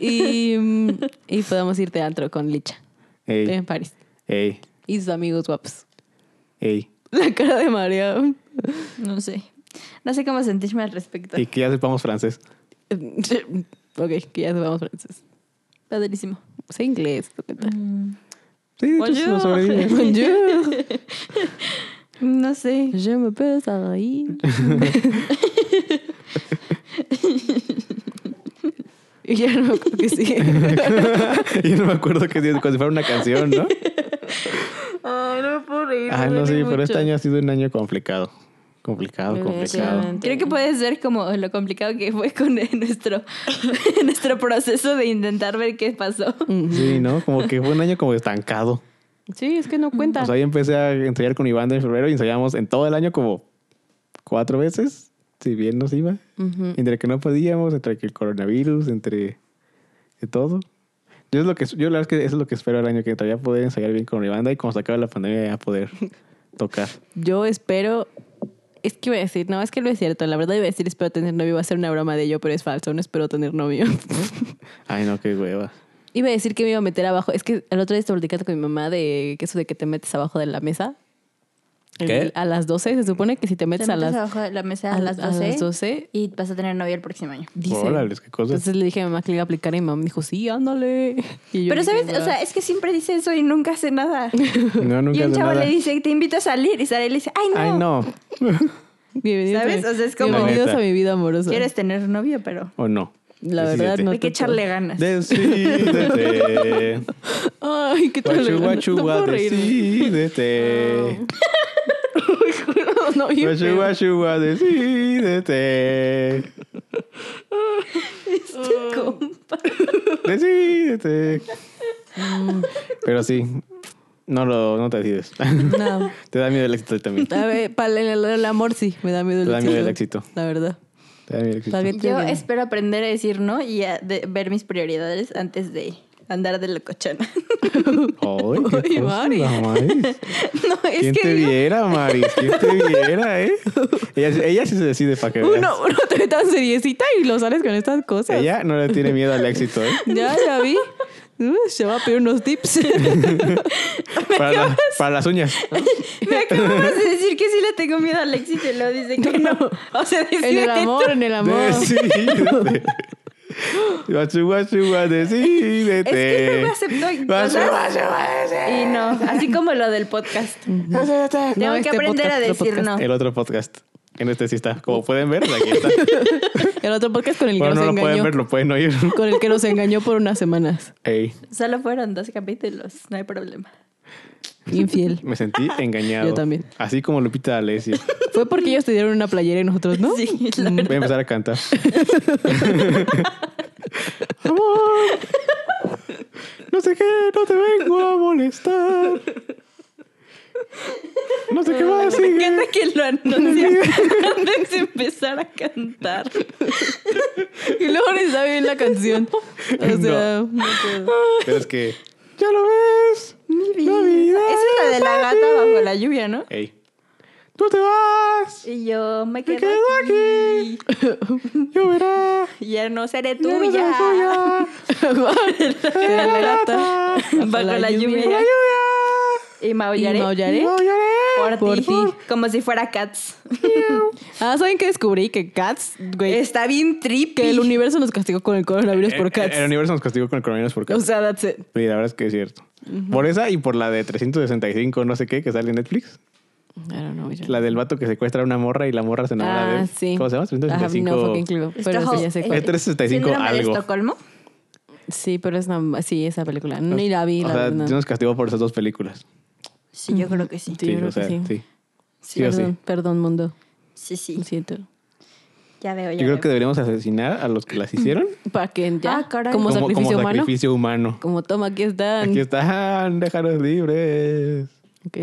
Speaker 2: Y, mm, y podamos ir teatro con Licha
Speaker 3: Ey,
Speaker 2: en París.
Speaker 3: ey,
Speaker 2: Y sus amigos guapos.
Speaker 3: ey.
Speaker 2: La cara de María. mm,
Speaker 1: no sé. No sé cómo sentirme al respecto.
Speaker 3: Y que ya sepamos francés.
Speaker 2: ok, que ya sabemos francés.
Speaker 1: Padrísimo.
Speaker 2: Sé inglés. ¿te cuenta?
Speaker 1: Mm.
Speaker 3: Sí, de hecho, se nos sobrevive.
Speaker 2: Bonjour.
Speaker 1: No sé.
Speaker 2: Je m'appelle Saraí. y ya no me acuerdo que sí.
Speaker 3: Yo no me acuerdo que si- como si fuera una canción, ¿no?
Speaker 2: Ay, no puedo reír.
Speaker 3: Ah, no, sí, pero este año ha sido un año complicado. Complicado,
Speaker 2: Muy bien,
Speaker 3: complicado.
Speaker 2: sí.
Speaker 1: Creo que puede ser como lo complicado que fue con eh, nuestro, nuestro proceso de intentar ver qué pasó.
Speaker 3: Sí, ¿no? Como que fue un año como estancado.
Speaker 2: Sí, es que no cuenta.
Speaker 3: O sea, yo empecé a ensayar con Iván en febrero y ensayamos en todo el año como cuatro veces, si bien nos iba.
Speaker 2: Ujú.
Speaker 3: Entre que no podíamos, entre que el coronavirus, entre de todo. Yo, es lo que, yo la verdad es que eso es lo que espero el año que entra, ya poder ensayar bien con mi banda y cuando se acabe la pandemia ya poder tocar.
Speaker 2: Yo espero. Es, ¿Qué iba a decir? No, es que no es cierto. La verdad iba a decir espero tener novio. Va a ser una broma de ello, pero es falso. No espero tener novio.
Speaker 3: Ay, no, qué hueva.
Speaker 2: iba a decir que me iba a meter abajo. Es que el otro día estaba platicando con mi mamá de que eso de que te metes abajo de la mesa.
Speaker 5: ¿Qué?
Speaker 2: A las 12. Se supone que si te metes,
Speaker 1: Te
Speaker 2: a
Speaker 1: metes
Speaker 2: las...
Speaker 1: abajo de la mesa
Speaker 2: a-
Speaker 1: a, las
Speaker 2: a las
Speaker 1: 12,
Speaker 2: 12.
Speaker 1: y vas a tener novia el próximo año.
Speaker 2: Dice.
Speaker 3: Órale, qué cosa.
Speaker 2: Entonces le dije a mi mamá que le iba a aplicar y mi mamá me dijo, sí, ándale. Y yo
Speaker 1: Pero
Speaker 2: me quedé
Speaker 1: sabes, o
Speaker 2: brava.
Speaker 1: sea, es que siempre dice eso y nunca hace nada.
Speaker 3: No, nunca
Speaker 1: y un
Speaker 3: hace
Speaker 1: chavo
Speaker 3: nada.
Speaker 1: le dice, te invito a salir y Sara le dice, ay no,
Speaker 3: Ay, no.
Speaker 2: Bienvenidos
Speaker 1: ¿Sabes?
Speaker 2: a mi-
Speaker 1: O sea, es como-
Speaker 2: Bienvenidos a mi vida amorosa.
Speaker 1: quieres tener novio, pero
Speaker 3: O no.
Speaker 2: La verdad, no.
Speaker 1: hay que echarle ganas.
Speaker 3: Decídete.
Speaker 2: Ay, qué tal.
Speaker 3: Guachu, guachu,
Speaker 2: no puedo
Speaker 3: guau,
Speaker 2: reír.
Speaker 3: decídete.
Speaker 2: No, bien
Speaker 3: Guachu,
Speaker 2: feo.
Speaker 3: guachu, guau, decídete. Decídete. Pero sí, no, lo, no te decides.
Speaker 2: No.
Speaker 3: te da miedo el éxito también.
Speaker 2: A ver, para el, el amor sí, me da miedo el
Speaker 3: Te da
Speaker 2: éxito.
Speaker 3: miedo el éxito.
Speaker 2: La verdad.
Speaker 3: Te da miedo el éxito.
Speaker 2: Está bien.
Speaker 1: Yo espero aprender a decir no y a de- ver mis prioridades antes de andar de locochona.
Speaker 3: Ay, qué
Speaker 2: Ay,
Speaker 3: cosa,
Speaker 2: Mari.
Speaker 3: la Maris.
Speaker 1: no, es
Speaker 3: ¿Quién
Speaker 1: que
Speaker 3: te
Speaker 1: digo,
Speaker 3: viera, Maris? ¿Quién te viera, eh? Ella, ella sí se decide para que veas.
Speaker 2: Uno, uno te ve tan seriecita y lo sales con estas cosas.
Speaker 3: Ella no le tiene miedo al éxito, ¿eh?
Speaker 2: Ya, ya vi. Uh, Se va a pedir unos tips.
Speaker 3: Para, la- para las uñas.
Speaker 1: me acabas de decir que sí le tengo miedo al éxito y luego dice que no. O sea,
Speaker 2: en el
Speaker 1: decídete
Speaker 2: amor,
Speaker 1: tú.
Speaker 2: en el amor.
Speaker 3: Decídete. Guachu, guachu, guau, decídete.
Speaker 1: Es que luego acepto
Speaker 3: Guachu,
Speaker 1: cosas.
Speaker 3: guachu, guau,
Speaker 1: Y no, así como lo del podcast.
Speaker 3: decídete.
Speaker 1: Tengo
Speaker 2: este
Speaker 1: que aprender
Speaker 2: podcast,
Speaker 1: a
Speaker 2: otro
Speaker 1: decir
Speaker 2: podcast.
Speaker 1: no.
Speaker 3: El otro podcast. En este sí está. Como pueden ver, aquí está.
Speaker 2: El otro podcast con el que
Speaker 3: Bueno, no
Speaker 2: nos
Speaker 3: lo pueden
Speaker 2: engañó.
Speaker 3: ver, lo pueden oír.
Speaker 2: Con el que nos engañó por unas semanas.
Speaker 3: Ey,
Speaker 1: Solo fueron dos capítulos, no hay problema.
Speaker 2: Infiel.
Speaker 3: me sentí engañado.
Speaker 2: Yo también.
Speaker 3: Así como Lupita Alessio.
Speaker 2: Fue porque ellos te dieron una playera y nosotros, ¿no? Mm.
Speaker 1: Sí, la
Speaker 3: Voy a empezar a cantar. No sé qué, no te vengo a molestar. No sé qué más
Speaker 1: Me
Speaker 3: sigue.
Speaker 1: encanta que lo anuncia antes de empezar a cantar.
Speaker 2: Y luego les da bien la canción. O sea,
Speaker 3: Pero es que. ¡Ya lo ves! ¡Mi vida!
Speaker 1: Esa es la de la gata bajo la lluvia, ¿no?
Speaker 3: ¡Ey! ¡Tú te vas!
Speaker 1: Y yo me
Speaker 3: ¡Me
Speaker 1: quedo,
Speaker 3: quedo aquí! ¡Yo verá!
Speaker 1: Ya no seré
Speaker 3: ¡Ya no soy
Speaker 1: tuya.
Speaker 3: tuya!
Speaker 2: de la gata.
Speaker 3: ¡Ah!
Speaker 1: Bajo la, lluvia.
Speaker 3: ¡La lluvia!
Speaker 1: Y maullaré.
Speaker 2: Y maullaré.
Speaker 3: ¡No lloré!
Speaker 1: Por,
Speaker 2: Por
Speaker 1: ti.
Speaker 2: ti.
Speaker 1: Como si fuera Cats.
Speaker 2: Ah, ¿saben qué descubrí? Que Cats, güey.
Speaker 1: Está bien trippy.
Speaker 2: que el universo nos castigó con el coronavirus por
Speaker 3: El, el
Speaker 2: Cats.
Speaker 3: universo nos castigó con el coronavirus por
Speaker 2: O
Speaker 3: cats.
Speaker 2: sea, that's it.
Speaker 3: Sí, la verdad es que es cierto. Por esa y por la de 365, no sé qué, que sale en Netflix.
Speaker 2: I don't know. ya.
Speaker 3: La del vato que secuestra a una morra y la morra se enamora de
Speaker 2: Ah,
Speaker 3: él.
Speaker 2: sí.
Speaker 3: ¿Cómo se llama?
Speaker 2: I have
Speaker 3: 365.
Speaker 2: no fucking clue. Pero
Speaker 1: Esto-
Speaker 2: sí, ya sé cuál.
Speaker 3: Es 365
Speaker 1: ¿Síndrome
Speaker 3: algo.
Speaker 1: de Estocolmo?
Speaker 2: Sí, pero es una, sí, esa película. Ni la vi,
Speaker 3: Pues, o
Speaker 2: la
Speaker 3: sea,
Speaker 2: verdad.
Speaker 3: Dios nos castigó por esas dos películas.
Speaker 1: Sí, yo creo que sí.
Speaker 2: Sí, yo creo
Speaker 3: o
Speaker 2: que
Speaker 3: sea,
Speaker 2: sí.
Speaker 3: Sí o sí.
Speaker 2: Perdón, perdón, mundo.
Speaker 1: Sí, sí.
Speaker 2: Lo siento.
Speaker 1: Ya veo, ya
Speaker 3: Yo creo
Speaker 1: veo.
Speaker 3: que deberíamos asesinar a los que las hicieron
Speaker 2: Para que ya,
Speaker 1: Ah, caray.
Speaker 2: como,
Speaker 3: como,
Speaker 2: sacrificio
Speaker 3: como
Speaker 2: humano,
Speaker 3: sacrificio humano.
Speaker 2: como toma, aquí están.
Speaker 3: Aquí están, déjanos libres.
Speaker 2: Ok.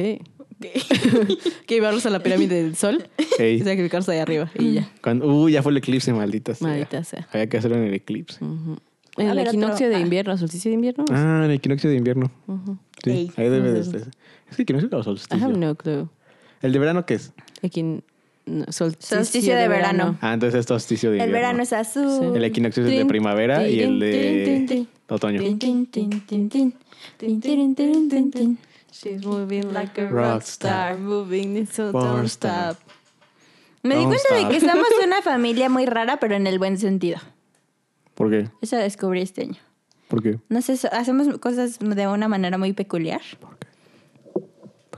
Speaker 2: que llevarlos a la pirámide del sol
Speaker 3: Ey,
Speaker 2: y sacrificarse ahí arriba y ya.
Speaker 3: cuando- uh, ya fue el eclipse, maldita sea.
Speaker 2: Maldita sea.
Speaker 3: Había que hacerlo en el eclipse.
Speaker 2: En
Speaker 1: Mm-hmm. A
Speaker 2: el
Speaker 1: ver, otro.
Speaker 2: equinoccio de
Speaker 1: Ah.
Speaker 2: invierno, solsticio de invierno.
Speaker 3: Ah, en el equinoccio de invierno. Sí,
Speaker 1: Ey.
Speaker 3: ahí debe de ser. Es que equinoccio o
Speaker 2: I have
Speaker 3: solsticio.
Speaker 2: no clue.
Speaker 3: ¿El de verano qué es?
Speaker 2: Equin... no, solsticio,
Speaker 1: Solsticio de verano.
Speaker 3: Ah, entonces es solsticio de
Speaker 1: El
Speaker 3: invierno.
Speaker 1: verano es azul.
Speaker 3: El equinoccio es el de
Speaker 2: Tin,
Speaker 3: primavera y el
Speaker 2: tin, tin,
Speaker 3: de
Speaker 2: tin,
Speaker 3: otoño.
Speaker 1: Tin, tin, tin, tin, tin. Tin, tin, tin, tin, tin.
Speaker 2: She's moving like a
Speaker 3: Rockstar.
Speaker 2: rock star, moving it so don't
Speaker 3: Pornstar.
Speaker 2: stop.
Speaker 1: Me di
Speaker 3: Don't
Speaker 1: cuenta de
Speaker 3: stop.
Speaker 1: que estamos una familia muy rara, pero en el buen sentido.
Speaker 3: ¿Por qué?
Speaker 1: Eso descubrí este año.
Speaker 3: ¿Por qué?
Speaker 1: No sé, so- hacemos cosas de una manera muy peculiar.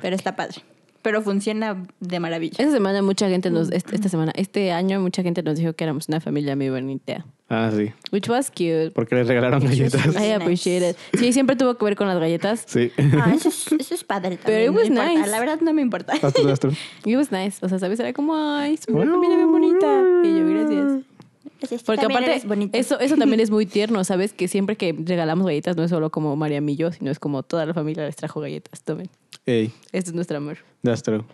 Speaker 1: Pero está padre. Pero funciona de maravilla.
Speaker 2: Esta semana mucha gente nos, est- esta semana, este año mucha gente nos dijo que éramos una familia muy bonita,
Speaker 3: Ah, sí.
Speaker 2: which was cute.
Speaker 3: Porque les regalaron galletas.
Speaker 1: Nice.
Speaker 2: I appreciate it. Sí, siempre tuvo que ver con las galletas.
Speaker 3: Sí.
Speaker 1: Ah, eso, es, eso es padre también.
Speaker 2: it
Speaker 1: no
Speaker 2: was
Speaker 1: importa,
Speaker 2: nice.
Speaker 1: La verdad no me importa.
Speaker 3: Vas Ah, tú, vas tú.
Speaker 2: It was nice. O sea, ¿sabes? Era como, ay, es una familia bien bonita. Y yo, gracias. Porque aparte,
Speaker 1: eso...
Speaker 2: eso, eso también es muy tierno, ¿sabes? Que siempre que regalamos galletas no es solo como María y yo, sino es como toda la familia les trajo galletas. Tomen.
Speaker 3: Ey,
Speaker 2: Este es nuestro amor.
Speaker 3: that's true.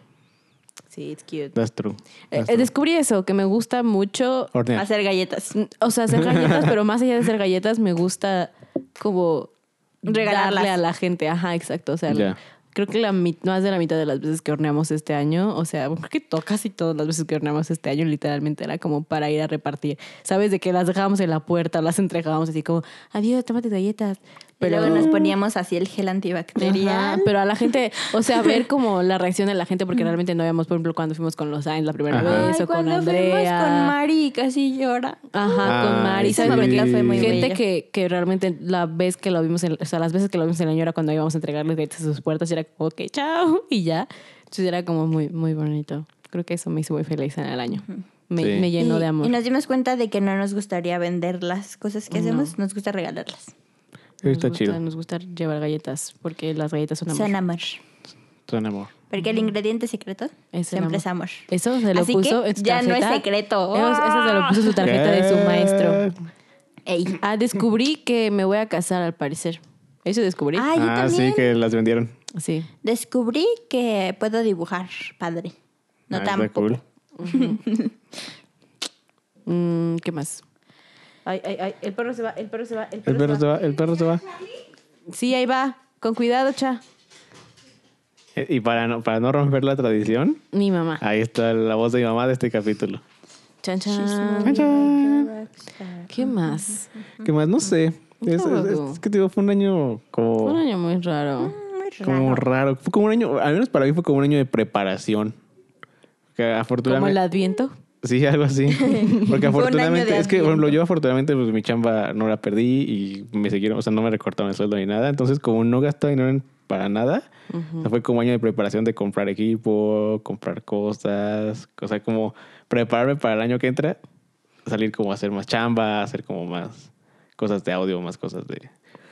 Speaker 2: Sí, it's cute.
Speaker 3: That's true.
Speaker 2: Eh,
Speaker 3: That's
Speaker 2: eh,
Speaker 3: true.
Speaker 2: descubrí eso, que me gusta mucho.
Speaker 3: Hornear.
Speaker 1: Hacer galletas.
Speaker 2: mm, O sea, hacer galletas, pero más allá de hacer galletas, me gusta como
Speaker 1: Regalarlas.
Speaker 2: darle a la gente. Ajá, exacto. O sea,
Speaker 3: Ya.
Speaker 2: creo que la mit- más de la mitad de las veces que horneamos este año, o sea, creo que to- casi todas las veces que horneamos este año literalmente era como para ir a repartir. ¿Sabes? De que las dejábamos en la puerta, las entregábamos así como, adiós, tómate galletas.
Speaker 1: Pero luego nos poníamos así el gel antibacterial.
Speaker 2: Ajá, pero a la gente, o sea, ver como la reacción de la gente, porque realmente no habíamos, por ejemplo, cuando fuimos con los Sainz la primera
Speaker 3: Ajá.
Speaker 1: Ay,
Speaker 2: vez, o con
Speaker 1: cuando fuimos
Speaker 2: Andrea.
Speaker 1: con Mari casi llora.
Speaker 2: Ajá,
Speaker 3: Ay,
Speaker 2: con Mari.
Speaker 1: Esa
Speaker 2: ¿sabes?
Speaker 3: Ah, sí.
Speaker 1: Navidad fue muy
Speaker 2: gente
Speaker 1: bella.
Speaker 2: que, que realmente la vez que lo vimos, en- o sea, las veces que lo vimos en el año era cuando íbamos a entregarles galletas a sus puertas y era como, ok, chao, y ya. Entonces era como muy, muy bonito. Creo que eso me hizo muy feliz en el año. Me,
Speaker 3: Sí.
Speaker 2: me llenó
Speaker 1: y,
Speaker 2: de amor.
Speaker 1: y nos dimos cuenta de que no nos gustaría vender las cosas que
Speaker 2: No.
Speaker 1: hacemos, nos gusta regalarlas.
Speaker 2: Nos
Speaker 3: Está
Speaker 2: gusta-
Speaker 3: chido.
Speaker 2: Nos gusta llevar galletas porque las galletas son amor.
Speaker 1: Son amor.
Speaker 3: Son amor.
Speaker 1: Porque el ingrediente secreto
Speaker 2: Es el
Speaker 1: siempre
Speaker 2: amor.
Speaker 1: es amor.
Speaker 2: Eso se lo
Speaker 1: Así
Speaker 2: puso
Speaker 1: que
Speaker 2: en su
Speaker 1: ya no es
Speaker 2: tarjeta.
Speaker 1: secreto. Ah,
Speaker 2: Eso, eso se lo puso en su tarjeta de su maestro.
Speaker 1: Ey.
Speaker 2: Ah, descubrí que me voy a casar al parecer. Eso descubrí.
Speaker 1: Ah, yo
Speaker 3: ah, sí,
Speaker 1: también
Speaker 3: que las vendieron.
Speaker 2: Sí.
Speaker 1: descubrí que puedo dibujar, padre. No
Speaker 3: Ah, está
Speaker 1: tan
Speaker 3: cool.
Speaker 2: Mm, ¿Qué más?
Speaker 4: Ay, ay, ay. El perro se va, el perro se va, el perro,
Speaker 3: El perro se va, el perro se va.
Speaker 2: Sí, ahí va. Con cuidado, cha.
Speaker 3: Eh, Y para no, para no romper la tradición,
Speaker 2: Mi mamá.
Speaker 3: ahí está la voz de mi mamá de este capítulo.
Speaker 2: Chan, chan. ¿Qué más?
Speaker 3: ¿Qué más? No sé. Es,
Speaker 2: Qué
Speaker 3: es-
Speaker 2: loco.
Speaker 3: es que digo, fue un año como,
Speaker 2: Fue un año muy raro.
Speaker 4: Ah.
Speaker 3: como raro. Fue como un año, al menos para mí fue como un año de preparación. Que
Speaker 2: Como
Speaker 3: afortunadamente.
Speaker 2: el adviento.
Speaker 3: Sí, algo así. Porque
Speaker 1: año de
Speaker 3: afortunadamente, es que, por
Speaker 1: adviento.
Speaker 3: ejemplo, yo afortunadamente, pues mi chamba no la perdí y me siguieron, o sea, no me recortaron el sueldo ni nada. Entonces, como no gastaba dinero en- para nada, o sea, fue como año de preparación de comprar equipo, comprar cosas, o sea, como prepararme para el año que entra, salir como a hacer más chamba, hacer como más cosas de audio, más cosas de.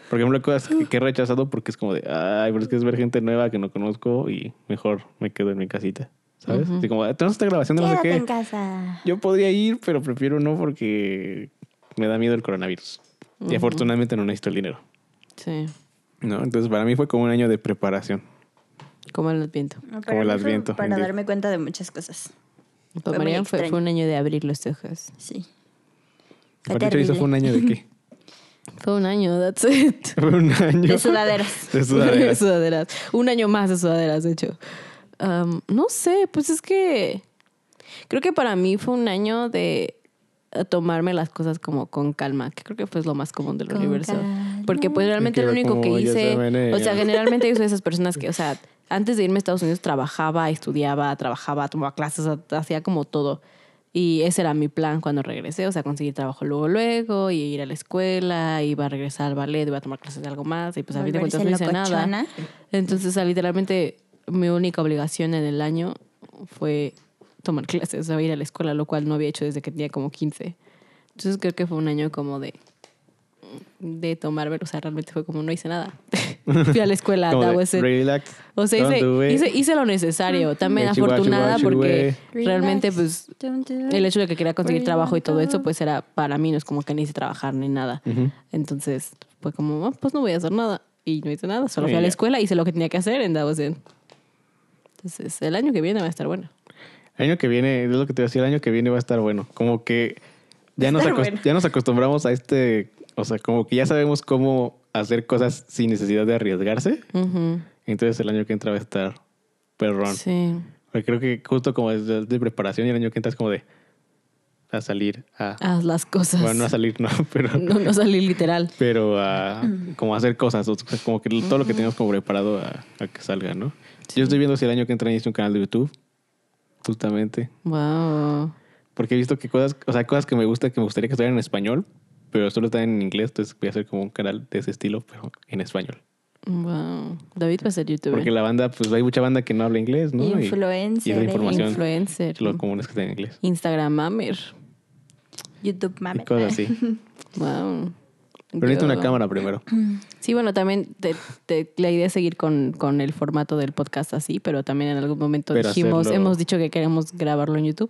Speaker 3: Por ejemplo, cosas que, que he rechazado porque es como de, ay, pero es que es ver gente nueva que no conozco y mejor me quedo en mi casita. ¿Sabes? Así como, tenemos esta grabación de no sé
Speaker 1: Quédate
Speaker 3: qué.
Speaker 1: en casa.
Speaker 3: Yo podría ir, pero prefiero no porque me da miedo el coronavirus. Y afortunadamente no necesito el dinero.
Speaker 2: Sí.
Speaker 3: ¿no? Entonces para mí fue como un año de preparación.
Speaker 2: Como el adviento.
Speaker 1: No, para
Speaker 3: Como el
Speaker 1: mí fue
Speaker 3: Adviento,
Speaker 1: Para
Speaker 3: bendito.
Speaker 1: darme cuenta de muchas cosas.
Speaker 2: Para
Speaker 1: muy
Speaker 2: Marian fue,
Speaker 1: extraño.
Speaker 2: fue un año de abrir los ojos.
Speaker 1: Sí. Fue
Speaker 3: Para eso
Speaker 1: terrible.
Speaker 3: fue un año de qué?
Speaker 2: Fue un año, that's it.
Speaker 3: fue un año
Speaker 1: De sudaderas.
Speaker 3: de
Speaker 2: De
Speaker 3: sudaderas.
Speaker 2: sudaderas. Un año más de sudaderas, de hecho. Am, no sé, pues es que creo que para mí fue un año de eh, tomarme las cosas como con calma, que creo que fue lo más común del
Speaker 1: Con
Speaker 2: universo.
Speaker 1: calma.
Speaker 2: Porque pues realmente
Speaker 3: que
Speaker 2: lo
Speaker 3: era
Speaker 2: único que
Speaker 3: como ya
Speaker 2: hice,
Speaker 3: saben, eh,
Speaker 2: o sea,
Speaker 3: ya.
Speaker 2: generalmente yo soy de esas personas que, o sea, antes de irme a Estados Unidos trabajaba, estudiaba, trabajaba, tomaba clases, ha- hacía como todo. Y ese era mi plan cuando regresé, o sea, conseguir trabajo luego, luego, y ir a la escuela, iba a regresar al ballet, iba a tomar clases de algo más, y pues a fin de
Speaker 1: Volverse
Speaker 2: cuentas no hice
Speaker 1: locochona.
Speaker 2: nada. Entonces, o sea, literalmente, mi única obligación en el año fue tomar clases, o sea, ir a la escuela, lo cual no había hecho desde que tenía como 15. Entonces, creo que fue un año como de de tomar, o sea, realmente fue como no hice nada. Fui a la escuela,
Speaker 3: Como
Speaker 2: that
Speaker 3: de,
Speaker 2: was it.
Speaker 3: relax.
Speaker 2: pues, eh. O sea,
Speaker 3: don't do
Speaker 2: hice,
Speaker 3: it".
Speaker 2: hice, hice lo necesario. También
Speaker 3: Guachi, guachi,
Speaker 2: afortunada
Speaker 3: guachi,
Speaker 2: porque
Speaker 1: güey.
Speaker 2: realmente,
Speaker 1: Relax.
Speaker 2: pues,
Speaker 1: Dun, dun.
Speaker 2: el hecho de que quería conseguir
Speaker 1: Relax.
Speaker 2: trabajo y todo eso, pues era para mí, no es como que ni hice trabajar ni nada.
Speaker 3: Ujú.
Speaker 2: Entonces, fue como, "Ah, pues no voy a hacer nada. Y no hice nada, solo
Speaker 3: Y
Speaker 2: fui a la
Speaker 3: ya.
Speaker 2: escuela, hice lo que tenía que hacer en that was it. Entonces, el año que viene va a estar bueno.
Speaker 3: El año que viene, es lo que te decía, el año que viene va a estar bueno. Como que ya nos,
Speaker 1: estar
Speaker 3: acos-
Speaker 1: bueno.
Speaker 3: ya nos acostumbramos a este, o sea, como que ya sabemos cómo hacer cosas sin necesidad de arriesgarse.
Speaker 2: Ujú.
Speaker 3: Entonces el año que entra va a estar perrón.
Speaker 2: Sí.
Speaker 3: Porque creo que justo como es de, de preparación y el año que entra es como de a salir a...
Speaker 2: Haz las cosas.
Speaker 3: bueno, no a salir, no, pero...
Speaker 2: Ah, no, no salí literal.
Speaker 3: Pero a como a hacer cosas, o sea, como que todo lo que teníamos como preparado a, a que salga, ¿no? Yo estoy viendo si el año que entra hice un canal de YouTube, justamente.
Speaker 2: Wow.
Speaker 3: Porque he visto que cosas, o sea, cosas que me gusta, que me gustaría que estuvieran en español, pero solo están en inglés, entonces voy a hacer como un canal de ese estilo, pero en español.
Speaker 2: Wow. David va a ser youtuber.
Speaker 3: Porque la banda, pues hay mucha banda que no habla inglés, ¿no? Y- Y,
Speaker 1: Influencer,
Speaker 3: esa información
Speaker 2: Influencer.
Speaker 3: lo común es que está en inglés.
Speaker 2: Instagram mamer.
Speaker 1: YouTube
Speaker 2: Ah,
Speaker 3: Y
Speaker 1: mame.
Speaker 3: cosas así.
Speaker 2: Wow.
Speaker 3: Pero necesito
Speaker 2: Yo-
Speaker 3: una cámara primero.
Speaker 2: Sí, bueno, también te- te- la idea es seguir con, con el formato del podcast así, pero también en algún momento
Speaker 3: Pero
Speaker 2: dijimos,
Speaker 3: hacerlo-
Speaker 2: hemos dicho que queremos grabarlo en YouTube.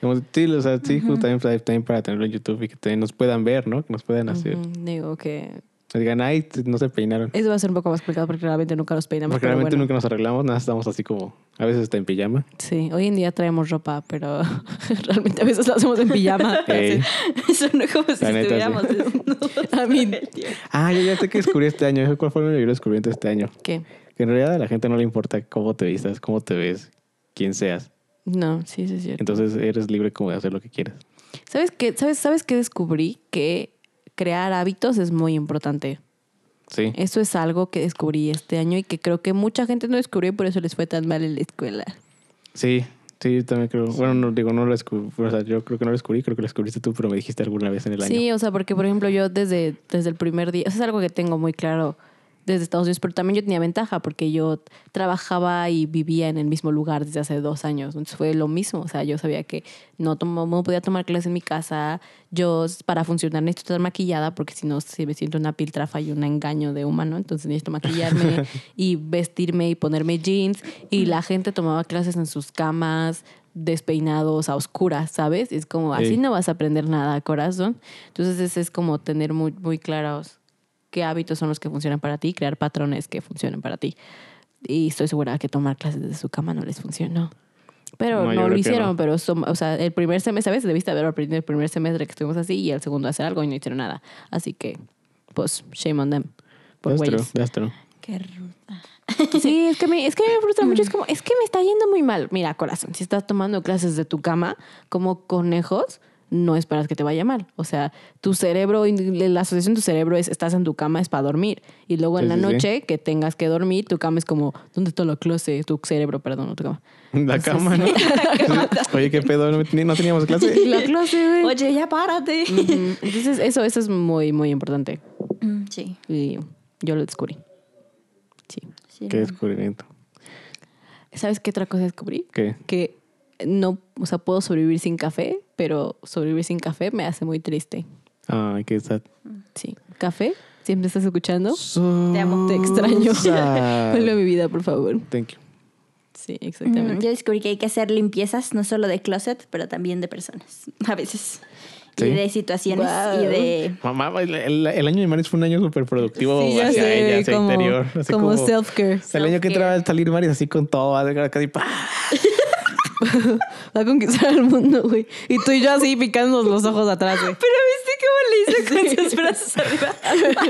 Speaker 3: Como, sí, o sea, sí, justamente para- también para tenerlo en YouTube y que también nos puedan ver, ¿no? Que nos puedan hacer.
Speaker 2: Ujú, Digo que
Speaker 3: Que Digan, ay, no se peinaron.
Speaker 2: eso va a ser un poco más complicado porque realmente nunca los peinamos.
Speaker 3: Porque
Speaker 2: pero
Speaker 3: realmente
Speaker 2: bueno.
Speaker 3: nunca nos arreglamos, nada, estamos así como, a veces está en pijama.
Speaker 2: Sí, hoy en día traemos ropa, pero realmente a veces lo hacemos en pijama.
Speaker 3: Ey.
Speaker 1: Eso no es como si
Speaker 3: La neta, sí.
Speaker 1: estuviéramos desnudos.
Speaker 2: A mí-
Speaker 1: todo el tiempo.
Speaker 3: Ah, yo ya sé que descubrí este año. ¿Cuál fue el libro descubriente este año?
Speaker 2: ¿Qué?
Speaker 3: Que En realidad a la gente no le importa cómo te vistas, cómo te ves, quién seas.
Speaker 2: No, sí, sí es cierto.
Speaker 3: Entonces eres libre como de hacer lo que quieras.
Speaker 2: ¿Sabes qué, sabes, ¿Sabes qué descubrí? Que crear hábitos es muy importante.
Speaker 3: Sí.
Speaker 2: Eso es algo que descubrí este año y que creo que mucha gente no descubrió y por eso les fue tan mal en la escuela.
Speaker 3: Sí, sí, yo también creo. Bueno, no, digo, no lo descubrí. O sea, yo creo que no lo descubrí, creo que lo descubriste tú, pero me dijiste alguna vez en el año.
Speaker 2: Sí, o sea, porque por ejemplo yo desde, desde el primer día, eso es algo que tengo muy claro desde Estados Unidos, pero también yo tenía ventaja porque yo trabajaba y vivía en el mismo lugar desde hace dos años, entonces fue lo mismo, o sea, yo sabía que no, tomo- no podía tomar clases en mi casa, yo para funcionar necesito estar maquillada porque si no se me siento una piltrafa y un engaño de humano, entonces necesito maquillarme y vestirme y ponerme jeans y la gente tomaba clases en sus camas despeinados a oscuras, ¿sabes? Es como, así
Speaker 3: Sí.
Speaker 2: no vas a aprender nada, corazón. Entonces ese es como tener muy, muy claros qué hábitos son los que funcionan para ti y crear patrones que funcionen para ti. Y estoy segura que tomar clases desde su cama no les funcionó. Pero
Speaker 3: No,
Speaker 2: no,
Speaker 3: yo creo
Speaker 2: lo
Speaker 3: que
Speaker 2: hicieron,
Speaker 3: no.
Speaker 2: pero som- o sea, el primer semestre, ¿sabes? Debiste haber aprendido el primer semestre que estuvimos así y el segundo hacer algo y no hicieron nada. Así que, pues, shame on them. Por
Speaker 3: That's
Speaker 2: güeyes.
Speaker 3: true, that's true.
Speaker 1: Qué ruta.
Speaker 2: Sí, es que, me, es que me frustra mucho. Es como, es que me está yendo muy mal. Mira, corazón, si estás tomando clases de tu cama como conejos, no esperas que te vaya mal. O sea, tu cerebro, la asociación de tu cerebro es estás en tu cama, es para dormir. Y luego en
Speaker 3: Sí,
Speaker 2: la
Speaker 3: sí, sí.
Speaker 2: noche que tengas que dormir, tu cama es como, ¿dónde está la clase? Tu cerebro, perdón, no tu cama.
Speaker 3: La cama, ¿no? Oye, qué pedo, no, no teníamos clase.
Speaker 2: La clase, güey.
Speaker 1: Oye, ya párate.
Speaker 2: Ujú. Entonces, eso, eso es muy, muy importante.
Speaker 1: Mm, sí,
Speaker 2: Y yo lo descubrí. Sí.
Speaker 1: sí.
Speaker 3: Qué descubrimiento.
Speaker 2: ¿Sabes qué otra cosa descubrí?
Speaker 3: ¿Qué?
Speaker 2: que no, o sea, puedo sobrevivir sin café, pero sobrevivir sin café me hace muy triste.
Speaker 3: Ay, qué sad.
Speaker 2: Sí. ¿Café? ¿Siempre estás escuchando?
Speaker 1: Te amo.
Speaker 2: Te extraño.
Speaker 3: sad.
Speaker 2: Vuelve a mi vida, por favor.
Speaker 3: Thank you.
Speaker 2: Sí,
Speaker 1: Mm,
Speaker 2: exactamente.
Speaker 1: Yo descubrí que hay que hacer limpiezas no solo de closet, pero también de personas, a veces.
Speaker 3: Sí.
Speaker 1: Y de situaciones
Speaker 2: Guau.
Speaker 1: y de...
Speaker 3: Mamá, el, el- el año de Maris fue un año súper productivo
Speaker 2: Sí, Oh, ya
Speaker 3: hacia
Speaker 2: sé,
Speaker 3: ella, hacia
Speaker 2: como-
Speaker 3: interior. así
Speaker 2: como self-care.
Speaker 3: El año que entraba a salir Maris así con todo, así, casi, ¡pah!
Speaker 2: Va a conquistar el mundo, güey. Y tú y yo así picándonos los ojos atrás, güey.
Speaker 1: Pero viste cómo le hice con sus brazos arriba.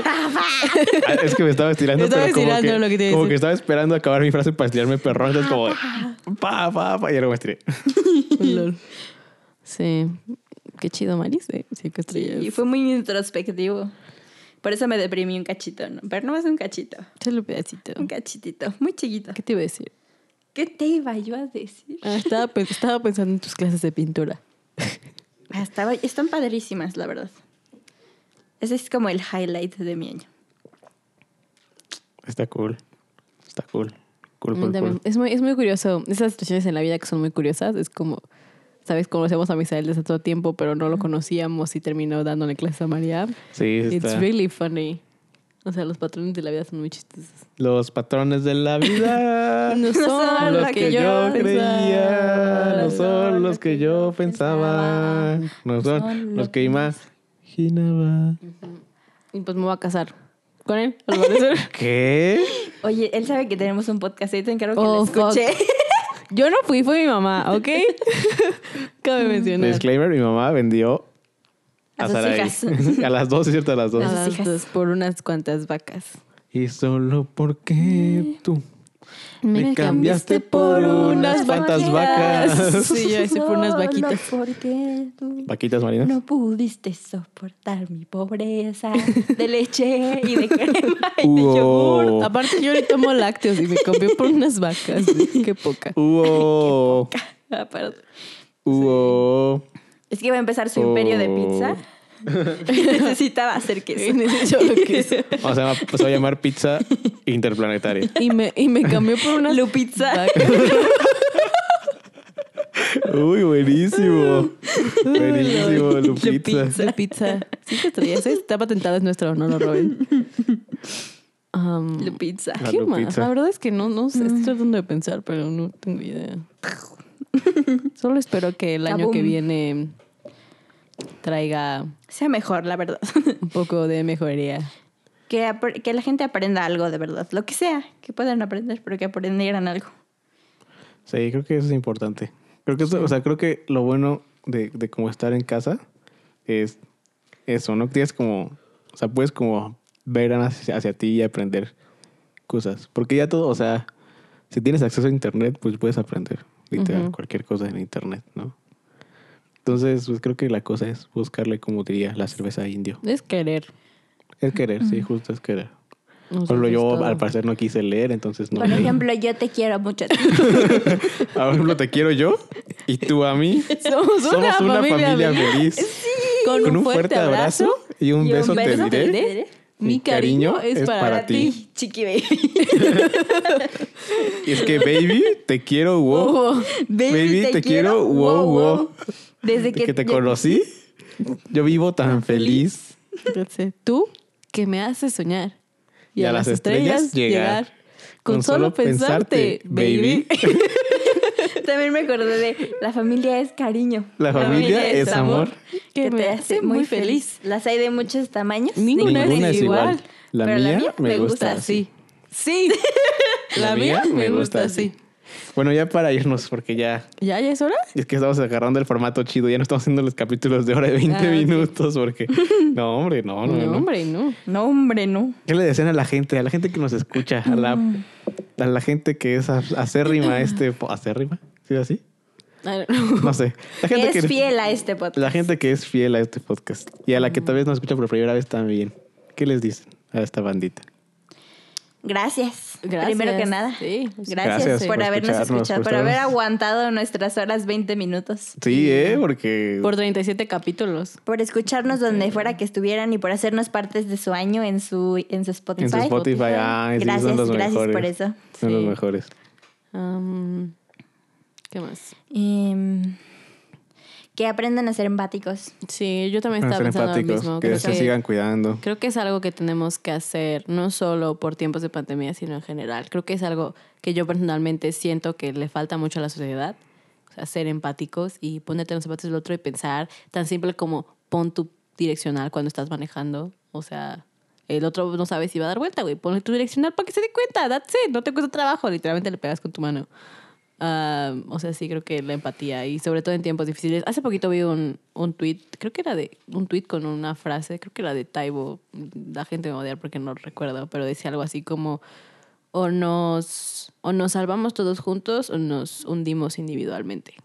Speaker 3: Ah, Es que me estaba estirando,
Speaker 2: Me estaba
Speaker 3: pero como,
Speaker 2: estirando
Speaker 3: que,
Speaker 2: lo que te iba a
Speaker 3: como
Speaker 2: decir. Ah,
Speaker 3: que estaba esperando acabar mi frase para estirarme perrón. Entonces, como, pa, pa, pa, y luego me estiré.
Speaker 2: Lol. Sí. Qué chido, Maris. eh. Sí, qué estrellas.
Speaker 1: Y fue muy introspectivo. Por eso me deprimí un cachito, ¿no? pero no más un cachito,
Speaker 2: Échale un pedacito.
Speaker 1: un cachitito, muy chiquito.
Speaker 2: ¿Qué te iba a decir?
Speaker 1: ¿Qué te iba yo a decir?
Speaker 2: Ah, estaba, pe- estaba pensando en tus clases de pintura.
Speaker 1: Ah, estaba- están padrísimas, la verdad. Ese es como el highlight de mi año.
Speaker 3: Está cool. Está cool.
Speaker 2: A
Speaker 3: Cool,
Speaker 2: mí
Speaker 3: cool,
Speaker 2: Mm, también.
Speaker 3: cool.
Speaker 2: Es muy, es muy curioso. Esas situaciones en la vida que son muy curiosas, es como, ¿sabes? Conocemos a Misael desde todo tiempo, pero no lo conocíamos y terminó dándole clases a María.
Speaker 3: Sí,
Speaker 2: It's
Speaker 3: está.
Speaker 2: really funny. O sea, los patrones de la vida son muy chistosos.
Speaker 3: Los patrones de la vida.
Speaker 2: No son
Speaker 3: los
Speaker 2: lo
Speaker 3: que,
Speaker 2: que
Speaker 3: yo,
Speaker 2: yo
Speaker 3: creía,
Speaker 2: pensaba.
Speaker 3: no son los que yo pensaba, no son, los que imaginaba.
Speaker 2: Y pues me voy a casar con él, al parecer.
Speaker 3: ¿Qué?
Speaker 1: Oye, él sabe que tenemos un podcast, ¿eh? ahí te encargo que
Speaker 2: Oh,
Speaker 1: lo
Speaker 2: fuck.
Speaker 1: escuche.
Speaker 2: Yo no fui, fue mi mamá, ¿ok? Cabe mencionar.
Speaker 3: Disclaimer, mi mamá vendió a,
Speaker 1: A sus
Speaker 3: Sarai.
Speaker 1: hijas.
Speaker 3: a las dos, es cierto, a las dos.
Speaker 2: A las
Speaker 1: hijas.
Speaker 2: dos por unas cuantas vacas.
Speaker 3: Y solo porque tú me cambiaste por unas
Speaker 1: unas
Speaker 3: cuantas
Speaker 1: vacas.
Speaker 3: vacas.
Speaker 2: Sí, yo hice por unas
Speaker 1: Solo
Speaker 2: vaquitas. ¿Eh?
Speaker 1: porque tú
Speaker 3: ¿Vaquitas marinas?
Speaker 1: no pudiste soportar mi pobreza de leche y de crema y de
Speaker 3: Wow.
Speaker 1: yogur.
Speaker 2: Aparte, yo ni tomo lácteos y me cambié por unas vacas. güey. Qué poca.
Speaker 3: Hubo,
Speaker 1: Aparte.
Speaker 3: hubo.
Speaker 1: Ah, Es que iba a empezar su imperio de pizza. Y necesitaba hacer queso.
Speaker 2: Oh. Necesito lo que es.
Speaker 3: O sea, se va a llamar pizza interplanetaria.
Speaker 2: Y me, y me cambió por unas
Speaker 1: Lupizza.
Speaker 2: vacas.
Speaker 3: Uy, buenísimo. Buenísimo, Lupita.
Speaker 2: Lupizza. Lupizza. Cinco estrellas. ¿eh? Está patentada, es nuestra, no lo roben. Um,
Speaker 1: Lupizza.
Speaker 3: La
Speaker 2: ¿Qué más?
Speaker 3: Lupizza.
Speaker 2: La verdad es que no, no sé. Estoy tratando de pensar, pero no tengo idea. Solo espero que el año que
Speaker 1: Kaboom.
Speaker 2: viene traiga
Speaker 1: Sea mejor, la verdad.
Speaker 2: un poco de mejoría.
Speaker 1: Que, apr- que la gente aprenda algo de verdad. Lo que sea que puedan aprender, pero que aprendieran algo.
Speaker 3: Sí, creo que eso es importante. Creo que eso, o sea, creo que lo bueno de, de como estar en casa es eso, ¿no? Tienes como, o sea, puedes como ver hacia, hacia ti y aprender excusas. Porque ya todo, o sea, si tienes acceso a internet, pues puedes aprender literal
Speaker 2: Ujú.
Speaker 3: cualquier cosa en internet, ¿no? Entonces, pues creo que la cosa es buscarle, como diría, la cerveza indio.
Speaker 2: Es querer.
Speaker 3: Es querer, sí, justo es querer.
Speaker 2: O sea,
Speaker 3: Por ejemplo,
Speaker 2: eso es
Speaker 3: yo
Speaker 2: todo.
Speaker 3: al parecer no quise leer, entonces no.
Speaker 1: Por
Speaker 3: leí.
Speaker 1: ejemplo, yo te quiero mucho. a ti.
Speaker 3: Por ejemplo, te quiero yo y tú a mí.
Speaker 2: Somos
Speaker 3: Somos
Speaker 2: una, familia, feliz.
Speaker 3: feliz.
Speaker 2: Con,
Speaker 3: Con un fuerte abrazo y un beso te diré.
Speaker 2: Mi cariño es para ti.
Speaker 1: Chiqui baby.
Speaker 3: Y es que, baby, te quiero, wow.
Speaker 1: Baby,
Speaker 3: te quiero, wow, wow.
Speaker 1: Desde
Speaker 3: que,
Speaker 1: que,
Speaker 3: te conocí, yo vivo tan feliz.
Speaker 2: Entonces, Tú que me haces soñar.
Speaker 3: Y a las estrellas llegar.
Speaker 2: Con, solo, pensarte, baby.
Speaker 1: También me acordé de la familia es cariño.
Speaker 3: La familia es amor.
Speaker 1: Que, te hace muy feliz. Las hay de muchos tamaños.
Speaker 2: Ninguna
Speaker 3: Ninguna
Speaker 2: es
Speaker 3: es igual.
Speaker 2: igual,
Speaker 3: La
Speaker 1: pero la
Speaker 3: mía,
Speaker 1: mía
Speaker 3: me
Speaker 1: me
Speaker 3: gusta
Speaker 1: gusta
Speaker 3: así.
Speaker 2: Sí. La mía me gusta así.
Speaker 3: Bueno, ya para irnos, porque ya
Speaker 2: ¿Ya, ya es hora?
Speaker 3: es que estamos agarrando el formato chido. Ya no estamos haciendo los capítulos de hora y 20
Speaker 2: Ah, ok.
Speaker 3: minutos, porque. No, hombre, no, no, no.
Speaker 2: hombre, no.
Speaker 1: No, hombre, no.
Speaker 3: ¿Qué le decían a la gente? A la gente que nos escucha, a la, a la gente que es ac- acérrima a este. po- ¿Acérrima? ¿Sí así?
Speaker 2: Ah, no.
Speaker 3: No sé. La gente
Speaker 1: Es
Speaker 3: que-
Speaker 1: fiel a este podcast.
Speaker 3: La gente que es fiel a este podcast y a la que tal vez nos escucha por primera vez también. ¿Qué les dicen a esta bandita?
Speaker 1: Gracias.
Speaker 2: Gracias.
Speaker 1: Primero que nada.
Speaker 2: Pues Sí.
Speaker 1: Gracias,
Speaker 3: Gracias
Speaker 1: por,
Speaker 3: por
Speaker 1: habernos
Speaker 3: escucharnos,
Speaker 1: escuchado,
Speaker 3: por
Speaker 1: por haber
Speaker 3: estar-
Speaker 1: aguantado nuestras horas 20 minutos.
Speaker 3: Sí, ¿eh? Porque...
Speaker 2: Por 37 capítulos.
Speaker 1: Por escucharnos donde fuera que estuvieran y por hacernos partes de su año en su, en su Spotify.
Speaker 3: en su Spotify.
Speaker 2: Spotify.
Speaker 3: Ay, sí,
Speaker 1: Gracias,
Speaker 3: son los
Speaker 1: gracias
Speaker 3: mejores.
Speaker 1: por eso.
Speaker 3: Son los
Speaker 2: Sí.
Speaker 3: mejores.
Speaker 2: Am, ¿Qué más?
Speaker 1: Em, que aprendan a ser empáticos.
Speaker 2: Sí, yo también
Speaker 3: Para
Speaker 2: estaba
Speaker 3: ser
Speaker 2: pensando lo
Speaker 3: empáticos,
Speaker 2: mismo.
Speaker 3: que
Speaker 2: Creo
Speaker 3: se
Speaker 2: que-
Speaker 3: sigan cuidando.
Speaker 2: Creo que es algo que tenemos que hacer, no solo por tiempos de pandemia, sino en general. Creo que es algo que yo personalmente siento que le falta mucho a la sociedad. O sea, ser empáticos y ponerte en los zapatos del otro y pensar tan simple como pon tu direccional cuando estás manejando. O sea, el otro no sabe si va a dar vuelta, güey. Ponle tu direccional para que se dé cuenta. That's it. No te cuesta trabajo. Literalmente le pegas con tu mano. Ah, o sea, sí, creo que la empatía y sobre todo en tiempos difíciles. Hace poquito vi un, un tweet, creo que era de un tweet con una frase, creo que era de Taibo, la gente me va a odiar porque no recuerdo, pero decía algo así como o nos o nos salvamos todos juntos o nos hundimos individualmente.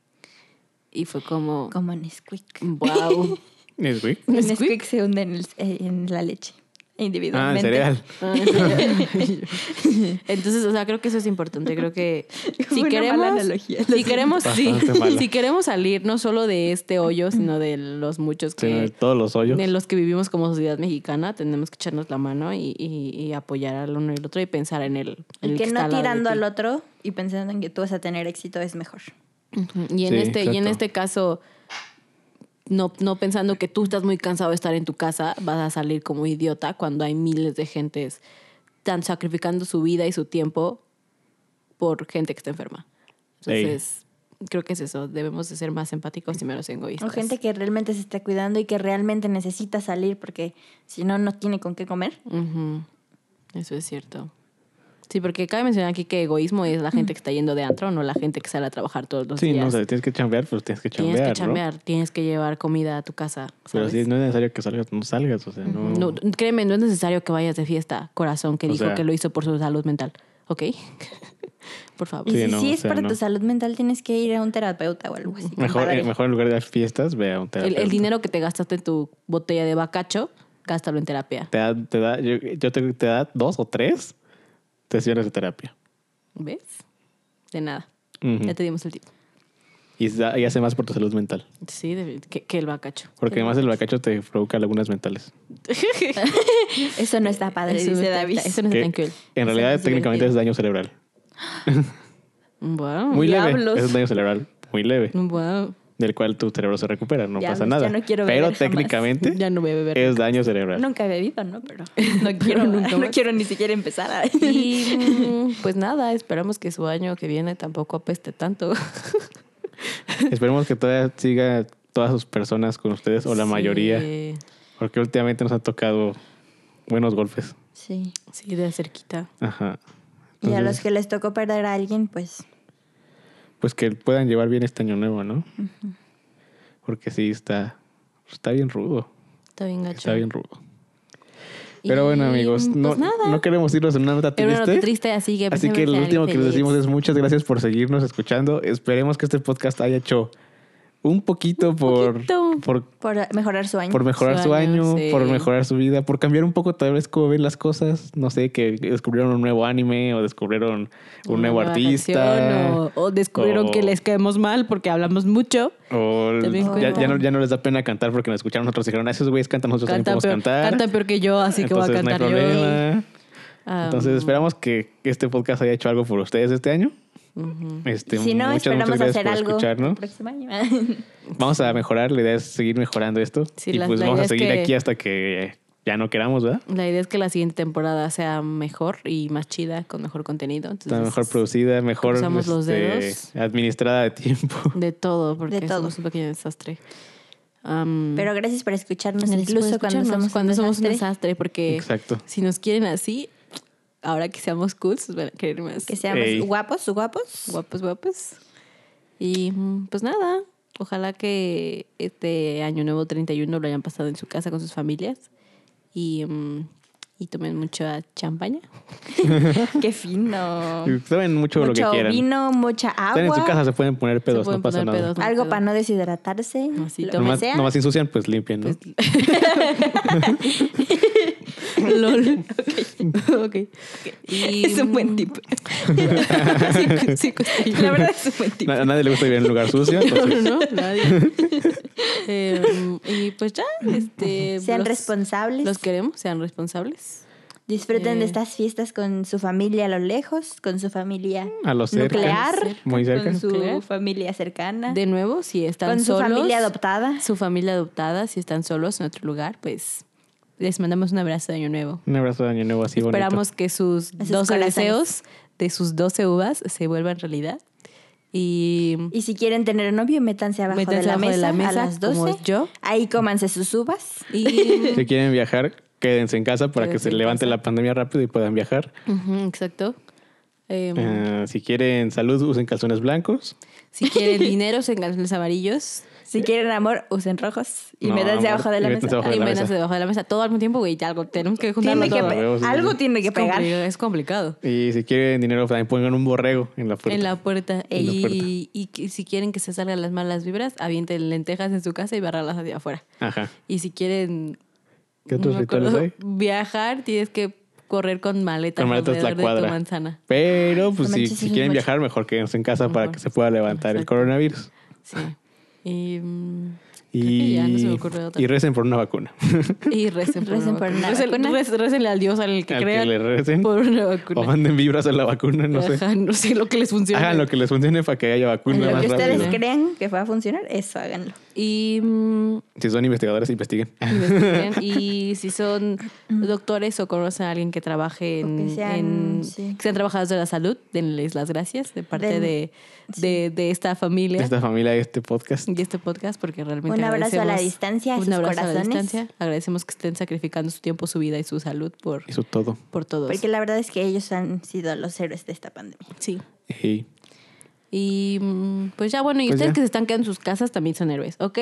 Speaker 2: Y fue como
Speaker 1: Como Nesquik.
Speaker 2: wow.
Speaker 3: Es güey.
Speaker 2: Nesquik.
Speaker 1: Nesquik se hunde en, el- eh, en la leche.
Speaker 3: Ah, el
Speaker 1: Individualmente.
Speaker 3: cereal.
Speaker 2: Eh, Entonces, o sea, creo que eso es importante. Creo que si
Speaker 1: Fue una mala
Speaker 2: queremos,
Speaker 1: analogía, lo
Speaker 2: si queremos, sí,
Speaker 3: Bastante mala.
Speaker 2: si queremos salir no solo de este hoyo, sino de los muchos
Speaker 3: Sí,
Speaker 2: que
Speaker 3: todos los hoyos.
Speaker 2: en los que vivimos como sociedad mexicana, tenemos que echarnos la mano y, y- y apoyar al uno y al otro y pensar en el, en
Speaker 1: Y
Speaker 2: el
Speaker 1: que
Speaker 2: está
Speaker 1: no
Speaker 2: al lado de
Speaker 1: tirando
Speaker 2: ti.
Speaker 1: al otro y pensando en que tú vas a tener éxito es mejor.
Speaker 2: Ujú, Y en,
Speaker 3: Sí,
Speaker 2: este, y en
Speaker 3: exacto.
Speaker 2: este caso, no, no pensando que tú estás muy cansado de estar en tu casa, vas a salir como idiota cuando hay miles de gentes tan sacrificando su vida y su tiempo por gente que está enferma.
Speaker 3: Ey.
Speaker 2: Entonces, creo que es eso. Debemos de ser más empáticos y menos egoístas.
Speaker 1: O gente que realmente se está cuidando y que realmente necesita salir porque si no, no tiene con qué comer.
Speaker 2: Ujú. Eso es cierto. Sí, porque cabe mencionar aquí que egoísmo es la gente que está yendo de antro, no la gente que sale a trabajar todos los
Speaker 3: Sí,
Speaker 2: días.
Speaker 3: no sé, tienes que chambear, pues tienes que chambear,
Speaker 2: tienes que
Speaker 3: ¿no?
Speaker 2: chambear, tienes que llevar comida a tu casa.
Speaker 3: Pero
Speaker 2: ¿sabes?
Speaker 3: sí, no es necesario que salgas, no salgas, o sea, no...
Speaker 2: No, créeme, no es necesario que vayas de fiesta, corazón, que
Speaker 3: O
Speaker 2: dijo
Speaker 3: sea-
Speaker 2: que lo hizo por su salud mental. ¿Ok? por favor.
Speaker 1: Y
Speaker 3: Sí,
Speaker 1: si
Speaker 3: no,
Speaker 1: sí
Speaker 3: o
Speaker 1: es
Speaker 3: sea,
Speaker 1: para
Speaker 3: no.
Speaker 1: tu salud mental, tienes que ir a un terapeuta o algo así.
Speaker 3: Mejor,
Speaker 1: compadre.
Speaker 3: eh, mejor en lugar de las fiestas, ve a un
Speaker 2: El,
Speaker 3: terapeuta.
Speaker 2: el dinero que te gastaste en tu botella de bacacho, gástalo en terapia.
Speaker 3: Te da, te da, yo, yo te, te da dos o tres sesiones de terapia.
Speaker 2: ¿Ves? De nada.
Speaker 3: Ujú.
Speaker 2: Ya te dimos el tip.
Speaker 3: Y, sa- y hace más por tu salud mental.
Speaker 2: Sí, de- que, que el bacacho.
Speaker 3: Porque además el bacacho te provoca lagunas mentales.
Speaker 1: Eso no está padre,
Speaker 2: Eso no
Speaker 1: dice
Speaker 2: está-
Speaker 1: David.
Speaker 2: eso no
Speaker 3: Que
Speaker 2: está tan cool.
Speaker 3: en
Speaker 2: Eso
Speaker 3: realidad
Speaker 2: es
Speaker 3: técnicamente
Speaker 2: divertido.
Speaker 3: es daño cerebral.
Speaker 2: Wow.
Speaker 3: Muy
Speaker 2: Mm, diablos.
Speaker 3: leve. Es un daño cerebral muy leve.
Speaker 2: Wow.
Speaker 3: Del cual tu cerebro se recupera, no
Speaker 1: Ya,
Speaker 3: pasa
Speaker 1: pues,
Speaker 3: nada.
Speaker 1: ya no quiero beber
Speaker 3: Pero
Speaker 1: jamás.
Speaker 3: técnicamente
Speaker 2: Ya no voy a beber.
Speaker 3: es daño cerebral.
Speaker 1: Nunca he bebido, ¿no? Pero no
Speaker 2: quiero-
Speaker 1: quiero,
Speaker 2: no
Speaker 1: no quiero ni siquiera empezar a...
Speaker 2: Y mm, pues nada, esperamos que su año que viene tampoco apeste tanto.
Speaker 3: Esperemos que todavía siga todas sus personas con ustedes o la
Speaker 2: Sí.
Speaker 3: mayoría. Porque últimamente nos han tocado buenos golpes.
Speaker 1: Sí.
Speaker 2: Sí, de cerquita.
Speaker 3: Ajá.
Speaker 1: Y a
Speaker 3: Entonces,
Speaker 1: los que les tocó perder a alguien, pues
Speaker 3: Pues que puedan llevar bien este año nuevo, ¿no? Porque sí, está, está bien rudo.
Speaker 2: Está bien gacho.
Speaker 3: Está bien rudo. Pero bueno,
Speaker 1: Y,
Speaker 3: amigos,
Speaker 1: pues,
Speaker 3: no,
Speaker 1: nada.
Speaker 3: no queremos irnos en una nota
Speaker 1: Era una
Speaker 3: triste.
Speaker 1: nota triste, así que...
Speaker 3: Así que
Speaker 1: pensemos
Speaker 3: lo
Speaker 1: en
Speaker 3: último
Speaker 1: algo
Speaker 3: que les decimos
Speaker 1: feliz.
Speaker 3: es muchas gracias por seguirnos escuchando. Esperemos que este podcast haya hecho un poquito, por,
Speaker 2: poquito.
Speaker 3: por
Speaker 1: Por mejorar su año.
Speaker 3: por mejorar
Speaker 2: Su
Speaker 3: su,
Speaker 2: año,
Speaker 3: año,
Speaker 2: sí.
Speaker 3: por mejorar su vida, por cambiar un poco tal vez cómo ven las cosas. No sé, que descubrieron un nuevo anime o descubrieron un
Speaker 2: Una
Speaker 3: nuevo
Speaker 2: nueva
Speaker 3: artista.
Speaker 2: canción, O, o descubrieron
Speaker 3: o-
Speaker 2: que les caemos mal porque hablamos mucho.
Speaker 3: O el-
Speaker 2: También
Speaker 3: ya,
Speaker 2: cuenta.
Speaker 3: ya no, ya no les da pena cantar porque nos escucharon otros y dijeron, "Ah, esos güeyes cantan, nosotros
Speaker 2: Cantan
Speaker 3: también
Speaker 2: peor,
Speaker 3: podemos cantar.
Speaker 2: cantan peor que yo, así que voy a
Speaker 3: Entonces, no hay
Speaker 2: cantar yo.
Speaker 3: problema.
Speaker 2: Ah,
Speaker 3: Entonces esperamos que que este podcast haya hecho algo por ustedes este año.
Speaker 2: Mm.
Speaker 3: Este,
Speaker 1: si no,
Speaker 3: muchas,
Speaker 1: esperamos
Speaker 3: muchas gracias
Speaker 1: hacer
Speaker 3: por
Speaker 1: algo el
Speaker 3: escucharnos.
Speaker 1: próximo año.
Speaker 3: Vamos a mejorar, la idea es seguir mejorando esto. y
Speaker 2: Sí, la-
Speaker 3: pues
Speaker 2: la
Speaker 3: vamos
Speaker 2: idea
Speaker 3: a
Speaker 2: es
Speaker 3: seguir
Speaker 2: que-
Speaker 3: aquí hasta que ya no queramos, ¿verdad?
Speaker 2: La idea es que la siguiente temporada sea mejor y más chida, con mejor contenido.
Speaker 3: Está
Speaker 2: Entonces,
Speaker 3: mejor producida, mejor
Speaker 2: cruzamos los
Speaker 3: este,
Speaker 2: dedos.
Speaker 3: administrada de tiempo.
Speaker 2: De todo, porque
Speaker 1: De todo.
Speaker 2: somos un pequeño desastre. Am,
Speaker 1: Pero gracias por escucharnos,
Speaker 2: gracias por
Speaker 1: incluso cuando
Speaker 2: escucharnos,
Speaker 1: somos
Speaker 2: cuando
Speaker 1: un
Speaker 2: somos un
Speaker 1: desastre.
Speaker 2: desastre, porque
Speaker 3: Exacto.
Speaker 2: si nos quieren así, ahora que seamos cool, nos van a querer más.
Speaker 1: Que seamos
Speaker 3: Ey.
Speaker 1: guapos, guapos.
Speaker 2: guapos, guapos. Y mm, pues nada, ojalá que este año nuevo 31 lo hayan pasado en su casa con sus familias y, mm, y tomen mucha champaña.
Speaker 1: Qué fino.
Speaker 3: Saben mucho, lo que
Speaker 1: Mucho
Speaker 3: quieran.
Speaker 1: vino, mucha
Speaker 3: Están en su
Speaker 1: agua.
Speaker 3: casa, se pueden poner pedos,
Speaker 2: pueden
Speaker 3: no pasa
Speaker 2: poner
Speaker 3: nada.
Speaker 2: pedos.
Speaker 1: Algo
Speaker 2: Pero-
Speaker 1: para no deshidratarse.
Speaker 2: Así,
Speaker 1: lo que
Speaker 3: Nomás,
Speaker 1: sea.
Speaker 3: nomás ensucian, pues limpian, ¿no?
Speaker 2: LOL. ok. Y,
Speaker 1: Es un buen
Speaker 2: mm,
Speaker 1: tip.
Speaker 2: cinco- cinco estrellas.
Speaker 1: La verdad es un buen tip.
Speaker 3: Na- a nadie le gusta vivir en un lugar sucio. entonces,
Speaker 2: No, no, nadie. Eh, mm, y pues ya, este.
Speaker 1: Sean
Speaker 2: los-
Speaker 1: responsables.
Speaker 2: Los queremos, sean responsables.
Speaker 1: Disfruten
Speaker 2: Eh.
Speaker 1: de estas fiestas con su familia a lo lejos, con su familia
Speaker 3: Mm, a lo cerca.
Speaker 1: nuclear,
Speaker 3: Muy cerca.
Speaker 1: con su
Speaker 2: Nuclear.
Speaker 1: familia cercana,
Speaker 2: De nuevo, si están
Speaker 1: con su
Speaker 2: solos.
Speaker 1: familia adoptada.
Speaker 2: Su familia adoptada, si están solos en otro lugar, pues les mandamos un abrazo de Año Nuevo.
Speaker 3: Un abrazo de año nuevo así bonito.
Speaker 2: Esperamos que sus
Speaker 1: Esos
Speaker 2: 12
Speaker 1: corazones.
Speaker 2: deseos de sus 12 uvas se vuelvan realidad. Y.
Speaker 1: Y si quieren tener novio, métanse abajo,
Speaker 2: Métanse
Speaker 1: de, la
Speaker 2: abajo
Speaker 1: mesa,
Speaker 2: de la mesa,
Speaker 1: a las 12.
Speaker 2: como yo.
Speaker 1: Ahí cómanse sus uvas.
Speaker 2: y
Speaker 3: Si quieren viajar, quédense en casa para que
Speaker 2: Quédense
Speaker 3: se
Speaker 2: en
Speaker 3: levante
Speaker 2: casa.
Speaker 3: la pandemia rápido y puedan viajar.
Speaker 2: Ujú, exacto. Em,
Speaker 3: Eh, si quieren salud, usen calzones blancos.
Speaker 2: Si quieren dinero, se los amarillos.
Speaker 1: Si quieren amor, usen rojos y
Speaker 3: No,
Speaker 1: métanse
Speaker 3: amor,
Speaker 1: abajo de la
Speaker 3: y métanse
Speaker 1: mesa.
Speaker 3: abajo
Speaker 2: Hay
Speaker 3: de la
Speaker 2: menos
Speaker 3: mesa.
Speaker 2: debajo de la mesa. Todo al mismo tiempo, güey. ya Algo tenemos que juntarlo
Speaker 1: Tiene que
Speaker 2: todo.
Speaker 1: pe-
Speaker 3: Huevos,
Speaker 1: algo
Speaker 3: sí.
Speaker 1: tiene que
Speaker 2: Es
Speaker 1: pegar.
Speaker 2: complicado, Es complicado.
Speaker 3: Y si quieren dinero, también pongan un borrego en la puerta.
Speaker 2: En la puerta.
Speaker 3: En la
Speaker 2: y,
Speaker 3: puerta.
Speaker 2: y que- si quieren que se salgan las malas vibras, avienten lentejas en su casa y barrarlas hacia afuera.
Speaker 3: Ajá.
Speaker 2: Y si quieren
Speaker 3: ¿Qué otros
Speaker 2: no me
Speaker 3: rituales
Speaker 2: acuerdo,
Speaker 3: hay?
Speaker 2: viajar, tienes que correr con maletas,
Speaker 3: Con maletas la
Speaker 2: alrededor de
Speaker 3: cuadra.
Speaker 2: tu manzana.
Speaker 3: Pero pues
Speaker 1: No
Speaker 3: si,
Speaker 1: manches, eso
Speaker 3: si
Speaker 1: es
Speaker 3: quieren
Speaker 1: mucho.
Speaker 3: viajar, mejor quédense en casa para
Speaker 2: Mejor.
Speaker 3: que se pueda levantar el
Speaker 2: Exacto.
Speaker 3: coronavirus.
Speaker 2: Sí.
Speaker 3: Ah.
Speaker 2: Y, mm, creo que
Speaker 3: Y,
Speaker 2: ya no se me ocurre otra.
Speaker 3: y recen por una vacuna.
Speaker 2: Y recen por
Speaker 1: Recen
Speaker 2: una
Speaker 1: por
Speaker 2: vacuna.
Speaker 1: una
Speaker 2: Recen-
Speaker 1: vacuna.
Speaker 2: rec- Récenle al Dios al que
Speaker 3: Al que
Speaker 2: crean
Speaker 3: le recen.
Speaker 2: por una
Speaker 3: o
Speaker 2: vacuna.
Speaker 3: manden vibras a la vacuna, no sé.
Speaker 2: Ajá, no sé lo que les funciona.
Speaker 3: Hagan lo que les funcione para que haya vacuna
Speaker 2: Lo
Speaker 1: Lo
Speaker 3: más
Speaker 1: que ustedes
Speaker 3: rápido.
Speaker 1: crean que va a funcionar, eso háganlo.
Speaker 2: Y, mm,
Speaker 3: Si son investigadores, investiguen.
Speaker 2: investiguen. y si son doctores o conocen a alguien que trabaje en.
Speaker 1: O que sean,
Speaker 2: en-
Speaker 1: sí.
Speaker 2: que sean trabajadores de la salud, denles las gracias de
Speaker 1: Den-
Speaker 2: parte de, de, de esta familia
Speaker 3: Esta familia, este podcast.
Speaker 2: y este podcast, porque realmente.
Speaker 1: Un abrazo a la
Speaker 2: agradecemos-
Speaker 1: distancia, a
Speaker 2: Un
Speaker 1: sus
Speaker 2: abrazo a la
Speaker 1: corazones.
Speaker 2: distancia. Agradecemos que estén sacrificando su tiempo, su vida y su salud por,
Speaker 3: Eso todo.
Speaker 2: por todos.
Speaker 1: Porque la verdad es que ellos han sido los héroes de esta pandemia.
Speaker 2: Sí.
Speaker 3: Y
Speaker 2: Y mm, pues ya, bueno, y
Speaker 3: Pues
Speaker 2: ustedes
Speaker 3: ya.
Speaker 2: que se están quedando en sus casas también son héroes, ¿ok?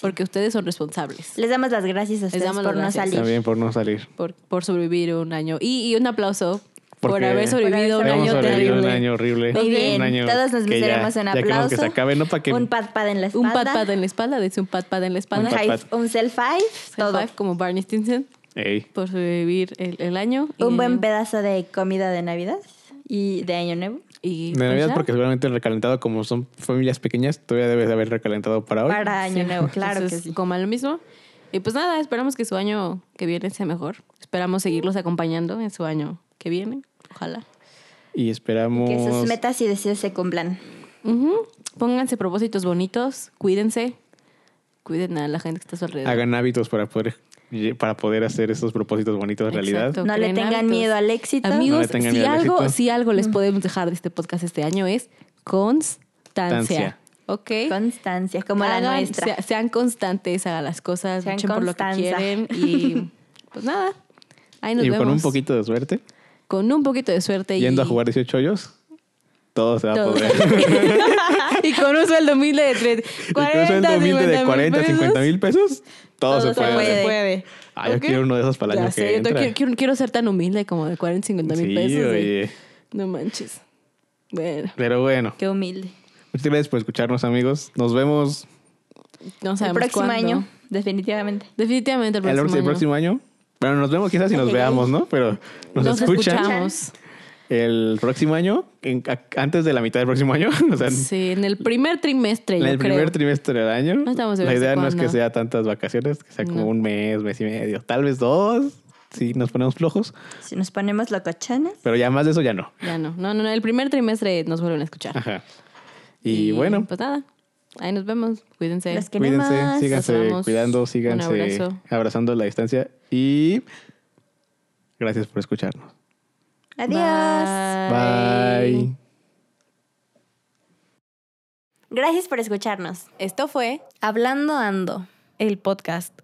Speaker 2: Porque ustedes son responsables
Speaker 1: Les damos las gracias a ustedes
Speaker 2: damos
Speaker 1: por
Speaker 2: las
Speaker 1: no
Speaker 2: gracias.
Speaker 1: salir.
Speaker 3: también por no salir.
Speaker 2: por, por sobrevivir un año. Y, y un aplauso por
Speaker 3: Porque
Speaker 2: haber sobrevivido
Speaker 1: Por haber
Speaker 2: un
Speaker 3: Hemos
Speaker 2: año
Speaker 3: sobrevivido
Speaker 2: terrible.
Speaker 3: un año horrible.
Speaker 1: Muy bien,
Speaker 3: Un año
Speaker 1: todos nos
Speaker 3: que ya-
Speaker 1: mereceremos un
Speaker 3: ya
Speaker 1: aplauso.
Speaker 3: queremos que se acabe, ¿no? Para que
Speaker 1: Un pat pat en la espalda.
Speaker 2: Un pat pat en la espalda, dice un pat pat en la espalda.
Speaker 3: Un pat-pat.
Speaker 1: High- Un self five,
Speaker 2: High
Speaker 1: todo.
Speaker 2: five, como Barney Stinson
Speaker 3: Ey.
Speaker 2: por sobrevivir el, el año.
Speaker 1: Un
Speaker 2: Y-
Speaker 1: buen pedazo de comida de Navidad y de Año Nuevo.
Speaker 2: y
Speaker 3: De Navidad,
Speaker 2: pues ya.
Speaker 3: porque seguramente el recalentado, como son familias pequeñas, todavía debes de haber recalentado para hoy.
Speaker 1: Para Año
Speaker 2: Sí.
Speaker 1: Nuevo, claro
Speaker 2: Entonces,
Speaker 1: que sí.
Speaker 2: Coma lo mismo. Y pues nada, esperamos que su año que viene sea mejor. Esperamos seguirlos acompañando en su año que viene. Ojalá.
Speaker 3: Y esperamos.
Speaker 1: Que sus metas y deseos se cumplan.
Speaker 2: Ujú. Pónganse propósitos bonitos, cuídense, cuiden a la gente que está a su alrededor.
Speaker 3: hagan hábitos para poder para poder hacer esos propósitos bonitos en realidad.
Speaker 2: Exacto.
Speaker 1: No le
Speaker 2: creen
Speaker 1: tengan
Speaker 2: hábitos.
Speaker 1: miedo al éxito.
Speaker 3: No le
Speaker 2: Amigos,
Speaker 3: tengan
Speaker 2: si,
Speaker 3: miedo al
Speaker 2: algo,
Speaker 3: éxito.
Speaker 2: si algo
Speaker 1: Mm.
Speaker 2: les podemos dejar de este podcast este año es constancia.
Speaker 3: Constancia.
Speaker 2: Ok.
Speaker 1: ¿eh? Constancia, como la
Speaker 2: Hagan-
Speaker 1: nuestra.
Speaker 2: sea- sean constantes, hagan las cosas,
Speaker 1: Sean
Speaker 2: luchen por lo que
Speaker 1: constanza.
Speaker 2: quieren y pues nada. Ahí nos
Speaker 3: Y
Speaker 2: vemos.
Speaker 3: con un poquito de suerte,
Speaker 2: Con un poquito de suerte.
Speaker 3: yendo
Speaker 2: y-
Speaker 3: a jugar 18 hoyos, todo se va
Speaker 1: Todo.
Speaker 3: a poder.
Speaker 2: y con un sueldo mil de tre-
Speaker 3: Incluso el
Speaker 2: 40,
Speaker 3: 2000 de
Speaker 2: 50
Speaker 3: 40, 50 mil pesos, todo, se puede.
Speaker 1: puede.
Speaker 3: Ah, yo
Speaker 2: Ok.
Speaker 3: quiero uno de esos para el
Speaker 2: Ya
Speaker 3: año
Speaker 2: sé,
Speaker 3: que
Speaker 2: yo te-
Speaker 3: entra.
Speaker 2: quiero, quiero- quiero ser tan humilde como de 40, 50 mil
Speaker 3: Sí,
Speaker 2: pesos. de-
Speaker 3: oye.
Speaker 2: No manches. Bueno,
Speaker 3: Pero bueno,
Speaker 1: Qué humilde.
Speaker 3: muchas gracias por escucharnos, amigos. Nos vemos
Speaker 2: no
Speaker 1: el
Speaker 2: sabemos
Speaker 1: próximo
Speaker 2: cuándo.
Speaker 1: año, definitivamente.
Speaker 2: Definitivamente el
Speaker 3: el,
Speaker 2: próximo
Speaker 3: el
Speaker 2: año.
Speaker 3: próximo año. Bueno, nos vemos quizás si nos
Speaker 1: Ay, ay,
Speaker 3: veamos,
Speaker 1: ay.
Speaker 3: ¿no? Pero nos,
Speaker 2: Nos
Speaker 3: escuchan
Speaker 2: escuchamos.
Speaker 3: el próximo año, en- a- antes de la mitad del próximo año. O sea,
Speaker 2: Sí, en el primer trimestre,
Speaker 3: en
Speaker 2: yo
Speaker 3: el
Speaker 2: creo.
Speaker 3: primer trimestre del año.
Speaker 2: No estamos
Speaker 3: la
Speaker 2: seguros de
Speaker 3: idea no es que
Speaker 2: cuándo.
Speaker 3: sea tantas vacaciones, que sea como
Speaker 2: No.
Speaker 3: un mes, mes y medio, tal vez dos, si nos ponemos flojos.
Speaker 1: Si nos ponemos locochonas.
Speaker 3: Pero ya más de eso ya no.
Speaker 2: Ya no. No, no, no. El primer trimestre nos vuelven a escuchar.
Speaker 3: Ajá. Ah, Y, bueno,
Speaker 2: Pues nada. Ahí nos vemos. Cuídense.
Speaker 1: Los que- queremos.
Speaker 3: cuídense,
Speaker 1: Nos
Speaker 3: síganse
Speaker 2: amamos.
Speaker 3: cuidando,
Speaker 2: Un
Speaker 3: síganse
Speaker 2: abrazo.
Speaker 3: abrazando la distancia y gracias por escucharnos.
Speaker 1: Adiós.
Speaker 3: Bye.
Speaker 1: Gracias por escucharnos.
Speaker 2: Esto fue
Speaker 1: Hablando Ando.
Speaker 4: El podcast